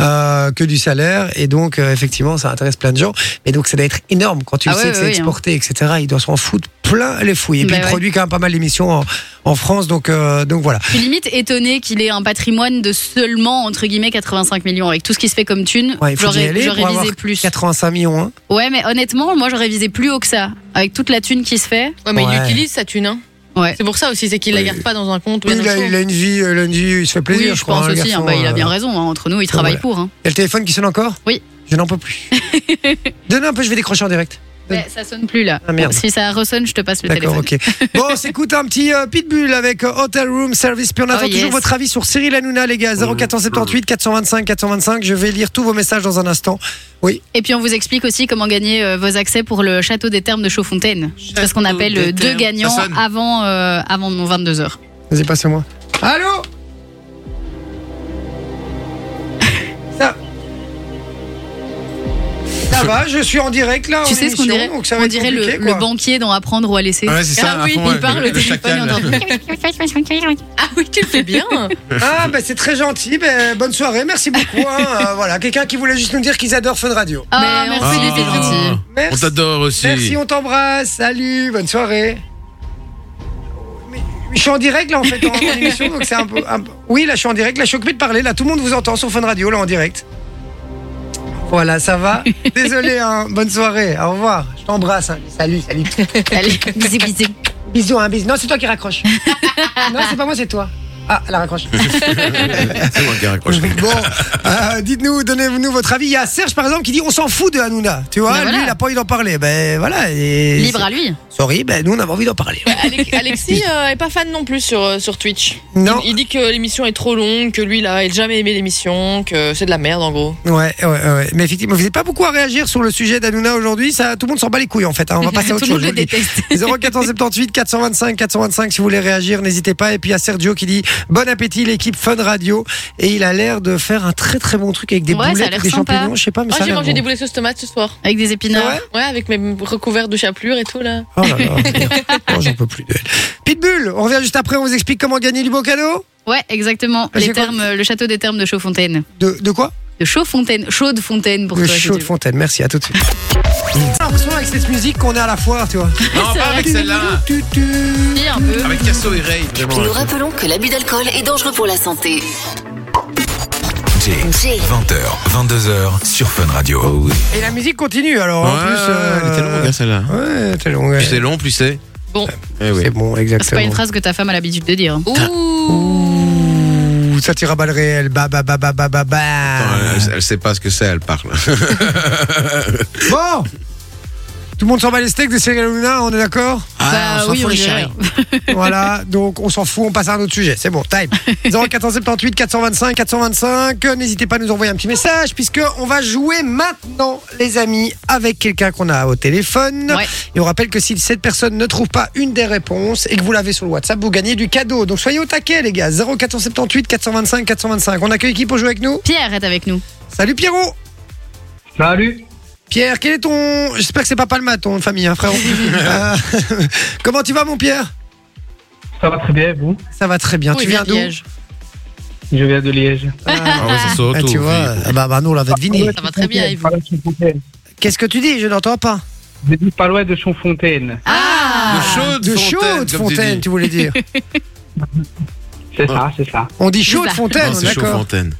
A: euh, que du salaire. Et donc, euh, effectivement, ça intéresse plein de gens. Mais donc, ça doit être énorme quand tu
C: Ah
A: sais
C: ouais,
A: que
C: ouais,
A: c'est
C: ouais,
A: exporté, etc. Il doit s'en foutre plein les fouilles. Et puis,
C: Bah
A: il
C: ouais.
A: produit quand même pas mal d'émissions en, en France. Donc, euh, donc voilà.
C: Je suis limite étonné qu'il ait un patrimoine de seulement entre guillemets 85 millions avec tout ce qui se fait comme thune.
A: Ouais, il faut y
C: j'aurais
A: aller
C: j'aurais
A: pour
C: visé
A: avoir
C: plus.
A: 85 millions. hein.
C: Ouais, mais honnêtement, moi j'aurais visé plus haut que ça avec toute la thune qui se fait.
D: Ouais, mais il
A: Ouais.
D: utilise sa thune, hein.
C: Ouais.
D: C'est pour ça aussi, c'est qu'il la garde pas dans un compte. ou
A: Lui,
D: un
A: il, a,
D: autre
A: il a une vie, euh, il a une vie, il se fait plaisir.
C: oui, je,
A: je crois,
C: pense
A: hein, le
C: aussi. hein,
A: garçon,
C: bah, il a bien
A: euh,
C: raison. hein, entre nous, il travaille
A: voilà.
C: pour. hein.
A: Il y a le téléphone qui sonne encore
C: Oui.
A: Je n'en peux plus. Donne un peu, je vais décrocher en direct. Ouais.
C: Mais ça sonne plus là.
A: Ah, merde.
C: Si ça ressonne, je te passe le
A: D'accord,
C: téléphone.
A: ok. Bon, on s'écoute un petit euh, Pitbull avec euh, Hotel Room Service. Puis on attend
C: Oh,
A: toujours
C: yes.
A: votre avis sur Cyril Hanouna, les gars. 0478 425 425. Je vais lire tous vos messages dans un instant.
C: Et puis on vous explique aussi comment gagner euh, vos accès pour le château des Thermes de Chaudfontaine. C'est ce qu'on appelle
D: des
C: euh, deux
D: Thermes.
C: gagnants
B: Ça sonne.
C: avant euh, avant 22 h
A: Vas-y, passez-moi. Allô Ça. Ça va, je suis en direct là.
C: Tu
A: en
C: sais ce qu'on
A: émission,
C: dirait
A: Ah, donc ça va
C: On
A: être
C: dirait le,
A: compliqué,
C: le
A: quoi.
C: banquier dans Apprendre ou à laisser.
B: Ouais, c'est ça,
C: Ah
B: à
C: oui,
B: fond,
C: il
B: ouais,
C: parle
B: le- le
C: au téléphone. hein.
B: chacal,
C: il entend-
D: Ah oui, tu le fais bien. Bah,
A: Ah, ben c'est très gentil. Ben, bonne soirée, merci beaucoup. hein. Euh, voilà, quelqu'un qui voulait juste nous dire qu'ils adorent Fun Radio.
C: Ah,
D: Mais
C: merci,
D: on-
C: c'est gentil.
A: Merci.
B: On t'adore aussi.
A: Merci, on t'embrasse. Salut, bonne soirée. Mais Je suis en direct là en fait en, en émission donc c'est un peu, un peu- Oui là je suis en direct là je suis occupé de parler là tout le monde vous entend sur Fun Radio là en direct. Voilà ça va. Désolé hein. bonne soirée au revoir je t'embrasse hein. salut salut
C: Allez, bisous, bisous.
A: bisous hein bisous non c'est toi qui raccroche non c'est pas moi c'est toi ah elle a raccroché.
B: C'est moi qui raccroche.
A: Bon, euh, dites-nous, donnez-nous votre avis. Il y a Serge par exemple qui dit on s'en fout de Hanouna. Tu vois,
C: Ben
A: lui
C: voilà.
A: il a pas envie d'en parler. Ben voilà. et-
C: Libre à lui.
A: Sorry, ben nous on avait envie d'en parler.
D: Alex- Alexis euh, est pas fan non plus sur, euh, sur Twitch.
A: Non.
D: Il, il dit que l'émission est trop longue, que lui, là, il a jamais aimé l'émission, que c'est de la merde en gros.
A: Ouais, ouais, ouais. Mais effectivement, vous n'avez pas beaucoup à réagir sur le sujet d'Hanouna aujourd'hui. Ça, tout le monde s'en bat les couilles en fait. hein. On va passer à autre
C: Tout le
A: chose.
C: monde
A: je
C: le
A: vous le dis.
C: déteste.
A: 0478 425 425 si vous voulez réagir n'hésitez pas et puis il y a Sergio qui dit bon appétit l'équipe Fun Radio et il a l'air de faire un très très bon truc avec des
C: Ouais, ça a
A: boulettes
C: l'air
A: ou des
C: sympa. Oh,
A: champignons je sais pas mais
D: Ah,
A: ça a
D: j'ai
A: l'air
D: mangé
A: bon.
D: des boulets sauce tomate ce soir.
C: Avec des
A: C'est
C: épinards.
A: vrai
D: Ouais, avec mes recouverts de chapelure et tout là.
A: Oh là là, merde. Oh, j'en peux plus de elle. Pitbull, on revient juste après, on vous explique comment gagner du beau cadeau.
C: Ouais, exactement.
A: Ah, J'ai
C: Les thermes, le château des thermes de Chaudfontaine.
A: De, de quoi
C: De Chaudfontaine, chaude fontaine pour
A: Le
C: toi. si
A: chaud
C: tu
A: de
C: veux.
A: fontaine, merci, à tout de suite. J'ai l'impression avec cette musique qu'on est à la foire, tu vois.
B: Non, pas avec celle-là.
A: Tu, tu, tu.
C: Oui, un peu.
B: Avec Casso et Ray, vraiment.
F: Nous rappelons que l'abus d'alcool est dangereux pour la santé.
H: J.
F: J.
H: 20h, 22h sur Fun Radio.
A: Et la musique continue alors.
B: Ouais,
A: en plus, euh,
B: elle était longue, hein, celle-là.
A: Ouais, elle était longue. ouais.
B: Plus c'est long, plus c'est.
C: Bon.
B: Eh oui.
A: C'est bon,
C: C'est pas
A: exactement.
C: hein. une phrase que ta femme a l'habitude de dire.
D: Ouh
A: ça tire à balles réelles. Bah, bah, bah, bah, bah, bah, bah.
B: Elle, elle sait pas ce que c'est, elle parle.
A: Bon Tout le monde s'en bat les steaks de Cyril Hanouna, on est d'accord
B: Ah,
C: Bah oui, on dirait.
A: Voilà, donc on s'en fout, on passe à un autre sujet. C'est bon, time. 0478 425 425. Euh, N'hésitez pas à nous envoyer un petit message puisque on va jouer maintenant, les amis, avec quelqu'un qu'on a au téléphone.
C: Ouais.
A: Et on rappelle que si cette personne ne trouve pas une des réponses et que vous l'avez sur le WhatsApp, vous gagnez du cadeau. Donc soyez au taquet, les gars. 0478 425 425. On accueille qui pour jouer avec nous
C: Pierre est avec nous.
A: Salut Pierrot
G: Salut.
A: Pierre, quel est ton. J'espère que c'est pas Palma, ton nom de famille, hein, frérot. Euh, Comment tu vas, mon Pierre
G: Ça va très bien, vous
A: Ça va très bien.
D: Oui,
A: tu viens d'où
D: Liège.
G: Je viens de Liège.
B: Ah ouais, ça se
A: Ah,
B: retourne.
A: tu vois, ah bah, bah, nous on l'avait deviné.
D: Ça va très bien, Yves.
G: Pas loin de Chonfontaine.
A: Qu'est-ce que tu dis Je n'entends pas.
G: Je dis pas loin de Chonfontaine.
B: De
C: Ah
B: chaude
A: De
B: fontaine,
A: chaude
B: comme
A: fontaine, tu,
B: tu dis.
A: voulais dire.
G: C'est ça, c'est ça.
A: On dit chaude
C: ça.
A: fontaine, on
B: Non,
A: est
B: c'est chaude
A: d'accord.
B: fontaine.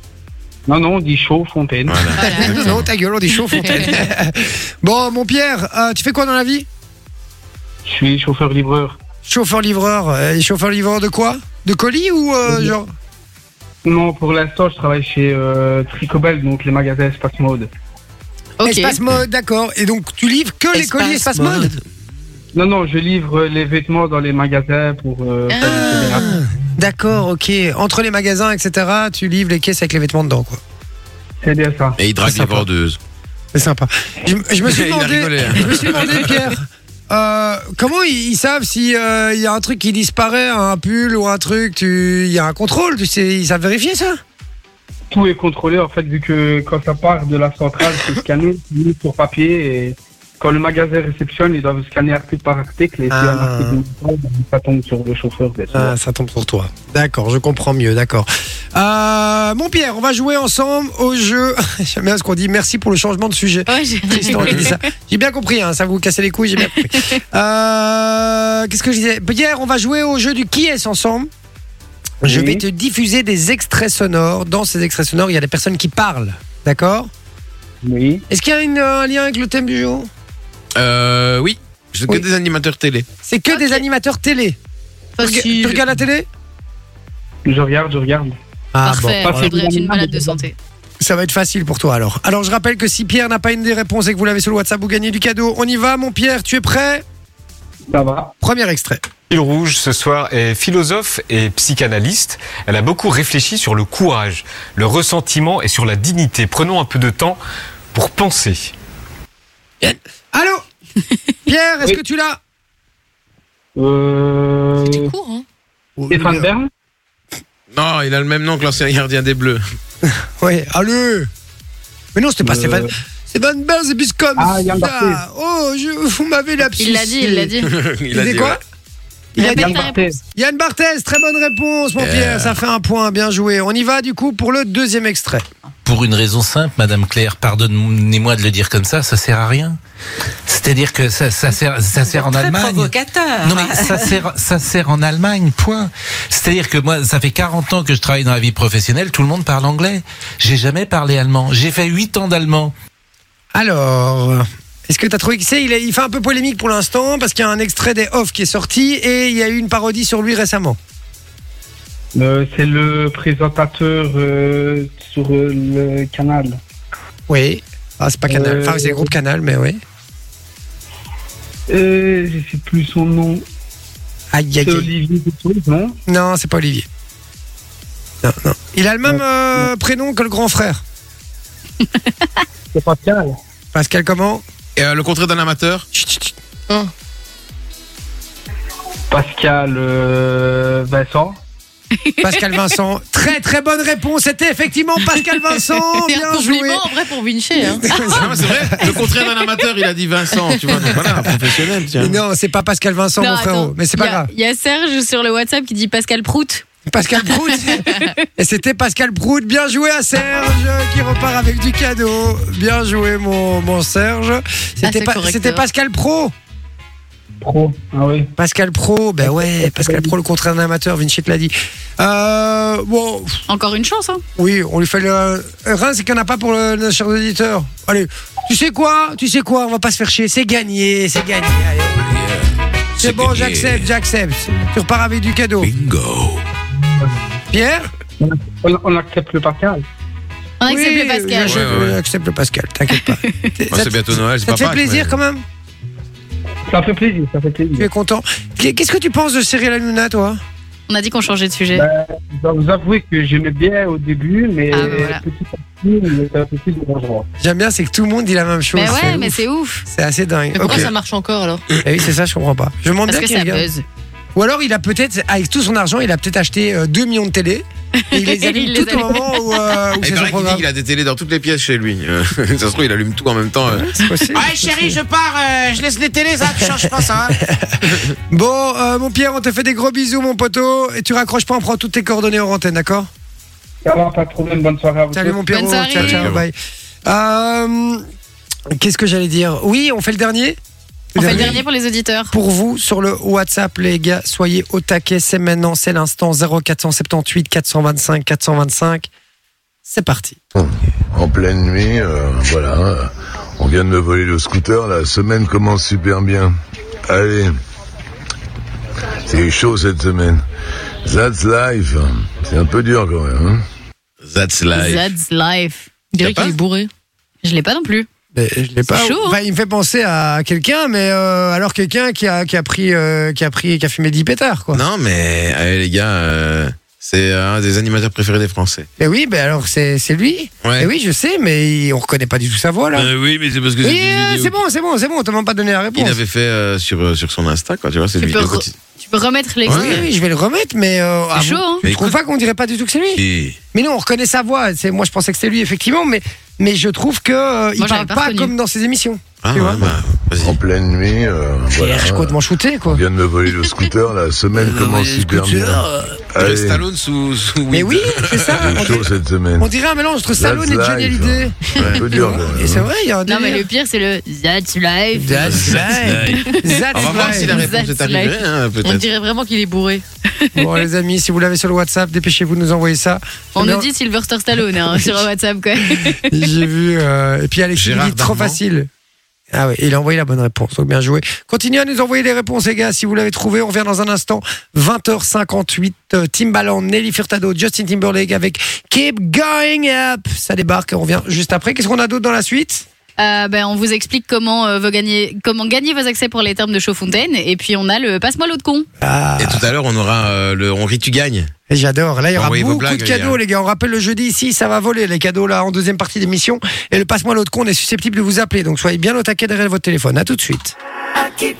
G: Non, non, on dit Chonfontaine.
B: Voilà.
C: Voilà.
A: Non, ta gueule, on dit chaude fontaine. bon, mon Pierre, euh, tu fais quoi dans la vie
G: Je suis chauffeur-livreur.
A: Chauffeur-livreur. euh, Chauffeur-livreur de quoi De colis ou euh,
G: Oui.
A: genre
G: Non, pour l'instant, je travaille chez euh, Tricobel, donc les magasins Espace Mode.
D: Ok.
A: Espace mode, d'accord. Et donc tu livres que les colis espace mode,
G: Non, non, je livre les vêtements dans les magasins pour. euh, faire des fédérations.
A: D'accord, ok. Entre les magasins, etc., tu livres les caisses avec les vêtements dedans, quoi.
G: C'est bien ça.
B: Et il drague
A: C'est
B: les
A: sympa.
B: vendeuses.
A: C'est sympa. Je, je me suis
B: Il a
A: demandé,
B: rigolé, hein.
A: je me suis demandé, Pierre, euh, comment ils, ils savent si euh, il y a un truc qui disparaît, un pull ou un truc, tu, il y a un contrôle, tu sais, ils savent vérifier ça
G: Tout est contrôlé en fait, vu que quand ça part de la centrale, c'est scanné, mis sur papier. Et quand le magasin réceptionne, ils doivent scanner article par article. Et si un
A: Ah.
G: article ne passe pas, ça tombe sur le chauffeur. bien sûr.
A: Ah, ça tombe sur toi. D'accord, je comprends mieux, d'accord. Euh, mon Pierre, on va jouer ensemble au jeu. J'aime bien ce qu'on dit. Merci pour le changement de sujet.
C: Ouais, j'ai-
A: Tristan qui dit ça. J'ai bien compris, hein, ça vous cassez les couilles, j'ai bien compris. Euh, Qu'est-ce que je disais Pierre, on va jouer au jeu du qui est ensemble. Je
G: Oui.
A: vais te diffuser des extraits sonores. Dans ces extraits sonores, il y a des personnes qui parlent. D'accord
G: Oui.
A: Est-ce qu'il y a une, euh, un lien avec le thème du jour
B: Euh, oui. C'est que
A: Oui.
B: des animateurs télé.
A: C'est que des animateurs télé. Tu rega-
D: Facile.
A: Tu regardes la télé
G: Je regarde, je regarde.
A: Ah,
C: Parfait,
A: bon.
C: ça devrait être une malade de santé.
A: Ça va être facile pour toi alors. Alors je rappelle que si Pierre n'a pas une des réponses et que vous l'avez sur le WhatsApp, vous gagnez du cadeau. On y va, mon Pierre, tu es prêt
G: Ça va.
A: Premier extrait.
I: Fil rouge ce soir est philosophe et psychanalyste. Elle a beaucoup réfléchi sur le courage, le ressentiment et sur la dignité. Prenons un peu de temps pour penser.
A: Allô Pierre, est-ce
G: Oui.
A: que tu l'as
G: Euh...
D: C'était court, hein.
G: Stéphane Bern
B: Non, il a le même nom que l'ancien gardien des Bleus.
A: Ouais, allô Mais non, c'était pas
G: Euh.
A: Stéphane. Stéphane Bern, c'est plus comme
G: Ah, Yann
A: ça.
G: Barthé.
A: Oh, je, vous m'avez la
C: Il l'a dit, il l'a dit.
A: Il a dit quoi
B: ouais.
A: Il a dit
C: Répète
G: Yann
C: ta
G: Barthès.
C: réponse.
A: Yann Barthès, très bonne réponse, mon Pierre. Ça fait un point, bien joué. On y va du coup pour le deuxième extrait.
J: Pour une raison simple, Madame Claire, pardonnez-moi de le dire comme ça, ça sert à rien. C'est-à-dire que ça, ça sert, ça sert en Allemagne. Non mais ça sert, ça sert en Allemagne, point. C'est-à-dire que moi, ça fait 40 ans que je travaille dans la vie professionnelle, tout le monde parle anglais. J'ai jamais parlé allemand. J'ai fait 8 ans d'allemand.
A: Alors, est-ce que tu as trouvé qui c'est il, est- il fait un peu polémique pour l'instant parce qu'il y a un extrait des Off qui est sorti et il y a eu une parodie sur lui récemment.
G: Euh, C'est le présentateur euh, sur euh, le canal.
A: Oui. Ah, c'est pas Canal.
G: Euh.
A: Enfin, c'est le groupe Canal, mais oui.
G: Euh, je sais plus son nom.
A: Aïe, aïe,
G: C'est
A: aïe.
G: Olivier Dutour,
K: hein,
G: non
A: Non, c'est pas Olivier. Non, non. Il a le même
G: Ouais.
A: euh, prénom que le grand frère.
G: C'est Pascal.
A: Pascal, comment
B: Et euh, le contraire d'un amateur
A: Chut, chut, chut.
G: Pascal euh, Vincent.
A: Pascal Vincent. Très, très bonne réponse. C'était effectivement Pascal Vincent.
D: C'est un
A: Bien joué.
D: compliment, en vrai, pour Vinci. Hein.
B: Ah, Non, mais c'est vrai. Le contraire d'un amateur, il a dit Vincent. Tu vois, donc voilà, un professionnel.
A: Mais
B: Tiens.
A: non, c'est pas Pascal Vincent,
C: Non,
A: mon frérot.
C: attends,
A: Mais c'est pas
C: il y a-
A: grave.
C: Il y a Serge sur le WhatsApp qui dit Pascal Prout.
A: Pascal Prout. Et c'était Pascal Prout. Bien joué à Serge qui repart avec du cadeau. Bien joué, mon, mon Serge. C'était
C: Ah,
D: c'est
A: pas-
D: correcteur.
A: c'était Pascal Pro.
G: Pro. Ah oui.
A: Pascal Pro, ben ouais, Pascal Pro, le contraire d'un amateur, Vinci te l'a dit. Euh, bon, pff,
C: Encore une chance, hein.
A: oui, on lui fait le. Rien, c'est qu'il n'y en a pas pour le, le cher auditeur. Allez, tu sais quoi Tu sais quoi On va pas se faire chier. C'est gagné, c'est gagné. Allez. C'est bon,
B: gagné. Ah,
A: j'accepte, j'accepte. Tu repars avec du cadeau.
B: Bingo.
A: Pierre
K: On, on accepte le Pascal.
C: On accepte
A: Oui,
C: le Pascal.
A: je- je- J'accepte le Pascal, t'inquiète pas.
B: Moi, Ah, c'est bientôt Noël, c'est
A: Ça
B: pas
A: te fait
B: Pâques,
A: plaisir
B: mais-
A: quand même
K: Ça fait plaisir, ça fait plaisir.
A: Tu es content. Qu'est- Qu'est-ce que tu penses de Cyril Hanouna, toi
C: On a dit qu'on changeait de sujet.
A: Bah,
K: Ben, je dois vous avouer que j'aimais bien au début, mais
C: Ah, ben voilà.
K: petit à petit, c'est un peu plus dérangeant.
A: J'aime bien, c'est que tout le monde dit la même chose.
C: mais ouais,
A: C'est
C: mais
A: ouf.
C: c'est ouf.
A: C'est assez dingue.
D: Mais pourquoi
A: Ok.
D: ça marche encore alors
A: Eh oui, c'est ça, je comprends pas. Je me demande
C: Parce
A: bien
C: que
A: qui
C: ça
A: regarde.
C: buzz.
A: Ou alors, il a peut-être, avec tout son argent, il a peut-être acheté euh, 2 millions de télé. Et il les
C: Et
A: allume
C: il les
A: tout au
C: allume.
A: moment où, euh, où
B: Et
A: c'est son
B: paraît qu'il dit
A: programme.
B: qu'il a des télés dans toutes les pièces chez lui. Euh, ça se trouve, il allume tout en même temps. euh.
A: C'est possible.
B: Ouais, chérie, je pars, euh, je laisse les télés, ça, tu changes pas ça. hein.
A: Bon, euh, mon Pierre, on te fait des gros bisous, mon poteau. Et tu raccroches pas, on prend toutes tes coordonnées en antenne, d'accord
K: Ça va, pas de problème, bonne soirée à vous.
A: Salut
K: tous.
A: mon Pierrot,
C: Bonne soirée.
A: ciao, ciao,
B: Salut,
A: bye. Euh, Qu'est-ce que j'allais dire Oui, on fait le dernier
C: On fait le dernier pour les auditeurs.
A: Pour vous, sur le WhatsApp, les gars, soyez au taquet, c'est maintenant, c'est l'instant 0478 425 425. C'est parti.
L: En pleine nuit, euh, voilà. euh, On vient de me voler le scooter, la semaine commence super bien. Allez. C'est chaud cette semaine. That's life. C'est un peu dur quand même. hein.
B: That's life.
C: That's life.
D: Je dirais
B: T'as
D: qu'il
B: pas
D: est bourré.
C: Je l'ai pas non plus.
A: Mais je l'ai pas.
C: chaud, hein.
A: Enfin, il me fait penser à quelqu'un, mais euh, alors quelqu'un qui a, qui a pris, euh, qui a pris, qui a fumé 10 pétards, quoi.
B: Non, mais allez, les gars, euh, c'est un des animateurs préférés des Français.
A: Mais oui, ben alors c'est c'est lui.
B: Ouais.
A: Mais Eh oui, je sais, mais il- on reconnaît pas du tout sa voix là.
B: Ben oui, mais c'est parce que
A: Oui, euh, c'est bon, c'est bon, c'est bon. On t'a même pas donné la réponse.
B: Il avait fait euh, sur, euh, sur son Insta, quoi, tu vois, c'est
C: Tu
B: une
C: peux,
B: vidéo
C: re-
B: quotidienne.
C: tu peux remettre
A: Oui,
C: l'extrait.
A: oui, oui, je vais le remettre, mais euh, ah,
C: chaud,
A: vous-
C: hein.
A: je
B: Mais
A: trouve
B: écoute-
A: pas qu'on dirait pas du tout que c'est lui.
B: Et-
A: Mais non, on reconnaît sa voix. C'est moi, je pensais que c'était lui effectivement, mais mais je trouve que euh, il
C: Moi, j'avais
A: parle
C: pas
A: pas,
C: reconnu.
A: comme dans ses émissions.
B: Ah,
A: Tu vois
B: ouais, bah,
L: En
B: vas-y.
L: pleine nuit, euh, voilà.
A: Pierre, je compte m'en shooter
L: On
A: quoi.
L: vient de me voler le scooter, la semaine commence super bien.
B: Euh,
L: Allez.
B: Stallone sous, sous
A: Mais
B: Wind.
A: oui, c'est ça.
L: C'est
A: On
L: chaud
A: dirait,
L: cette semaine.
A: on dirait un mélange entre Stallone et
L: That's
A: Johnny
L: life,
A: Hallyday.
L: C'est un peu dur quand même.
A: Et c'est vrai, il y a un
C: Non, mais le
A: délire.
C: pire, c'est le That's life.
A: That's life.
B: On va voir
A: That's
B: si la
A: life.
B: réponse
C: That's
B: est arrivée,
C: life.
B: hein,
D: On
B: peut-être.
D: dirait vraiment qu'il est bourré.
A: Bon les amis, si vous l'avez sur le WhatsApp, dépêchez-vous de nous envoyer ça.
C: On
A: J'ai
C: nous
A: bien-
C: dit Sylvester Stallone hein, sur WhatsApp, quoi.
A: J'ai vu. euh, et puis Alexis il
B: Gérard
A: dit trop
B: Darman.
A: facile. Ah oui, il a envoyé la bonne réponse, donc bien joué. Continuez à nous envoyer les réponses, les gars. Si vous l'avez trouvé, on revient dans un instant. 20h58, euh, Timbaland, Nelly Furtado, Justin Timberlake avec Keep Going Up. Ça débarque, on revient juste après. Qu'est-ce qu'on a d'autre dans la suite
C: Euh, ben, on vous explique comment, euh, vous gagner, comment gagner vos accès pour les termes de Chaudfontaine. Et puis, on a le Passe-moi l'eau de con.
A: ah,
B: Et tout à l'heure, on aura euh, le On rit, tu gagnes.
A: et J'adore. Là, il y aura
B: Envoyez vos
A: beaucoup
B: blagues,
A: de
B: les
A: cadeaux,
B: gars.
A: les gars. On rappelle le jeudi ici, ça va voler les cadeaux là en deuxième partie d'émission. Et le passe-moi l'autre con, on est susceptible de vous appeler. Donc soyez bien au taquet derrière votre téléphone. À tout de suite.
F: I keep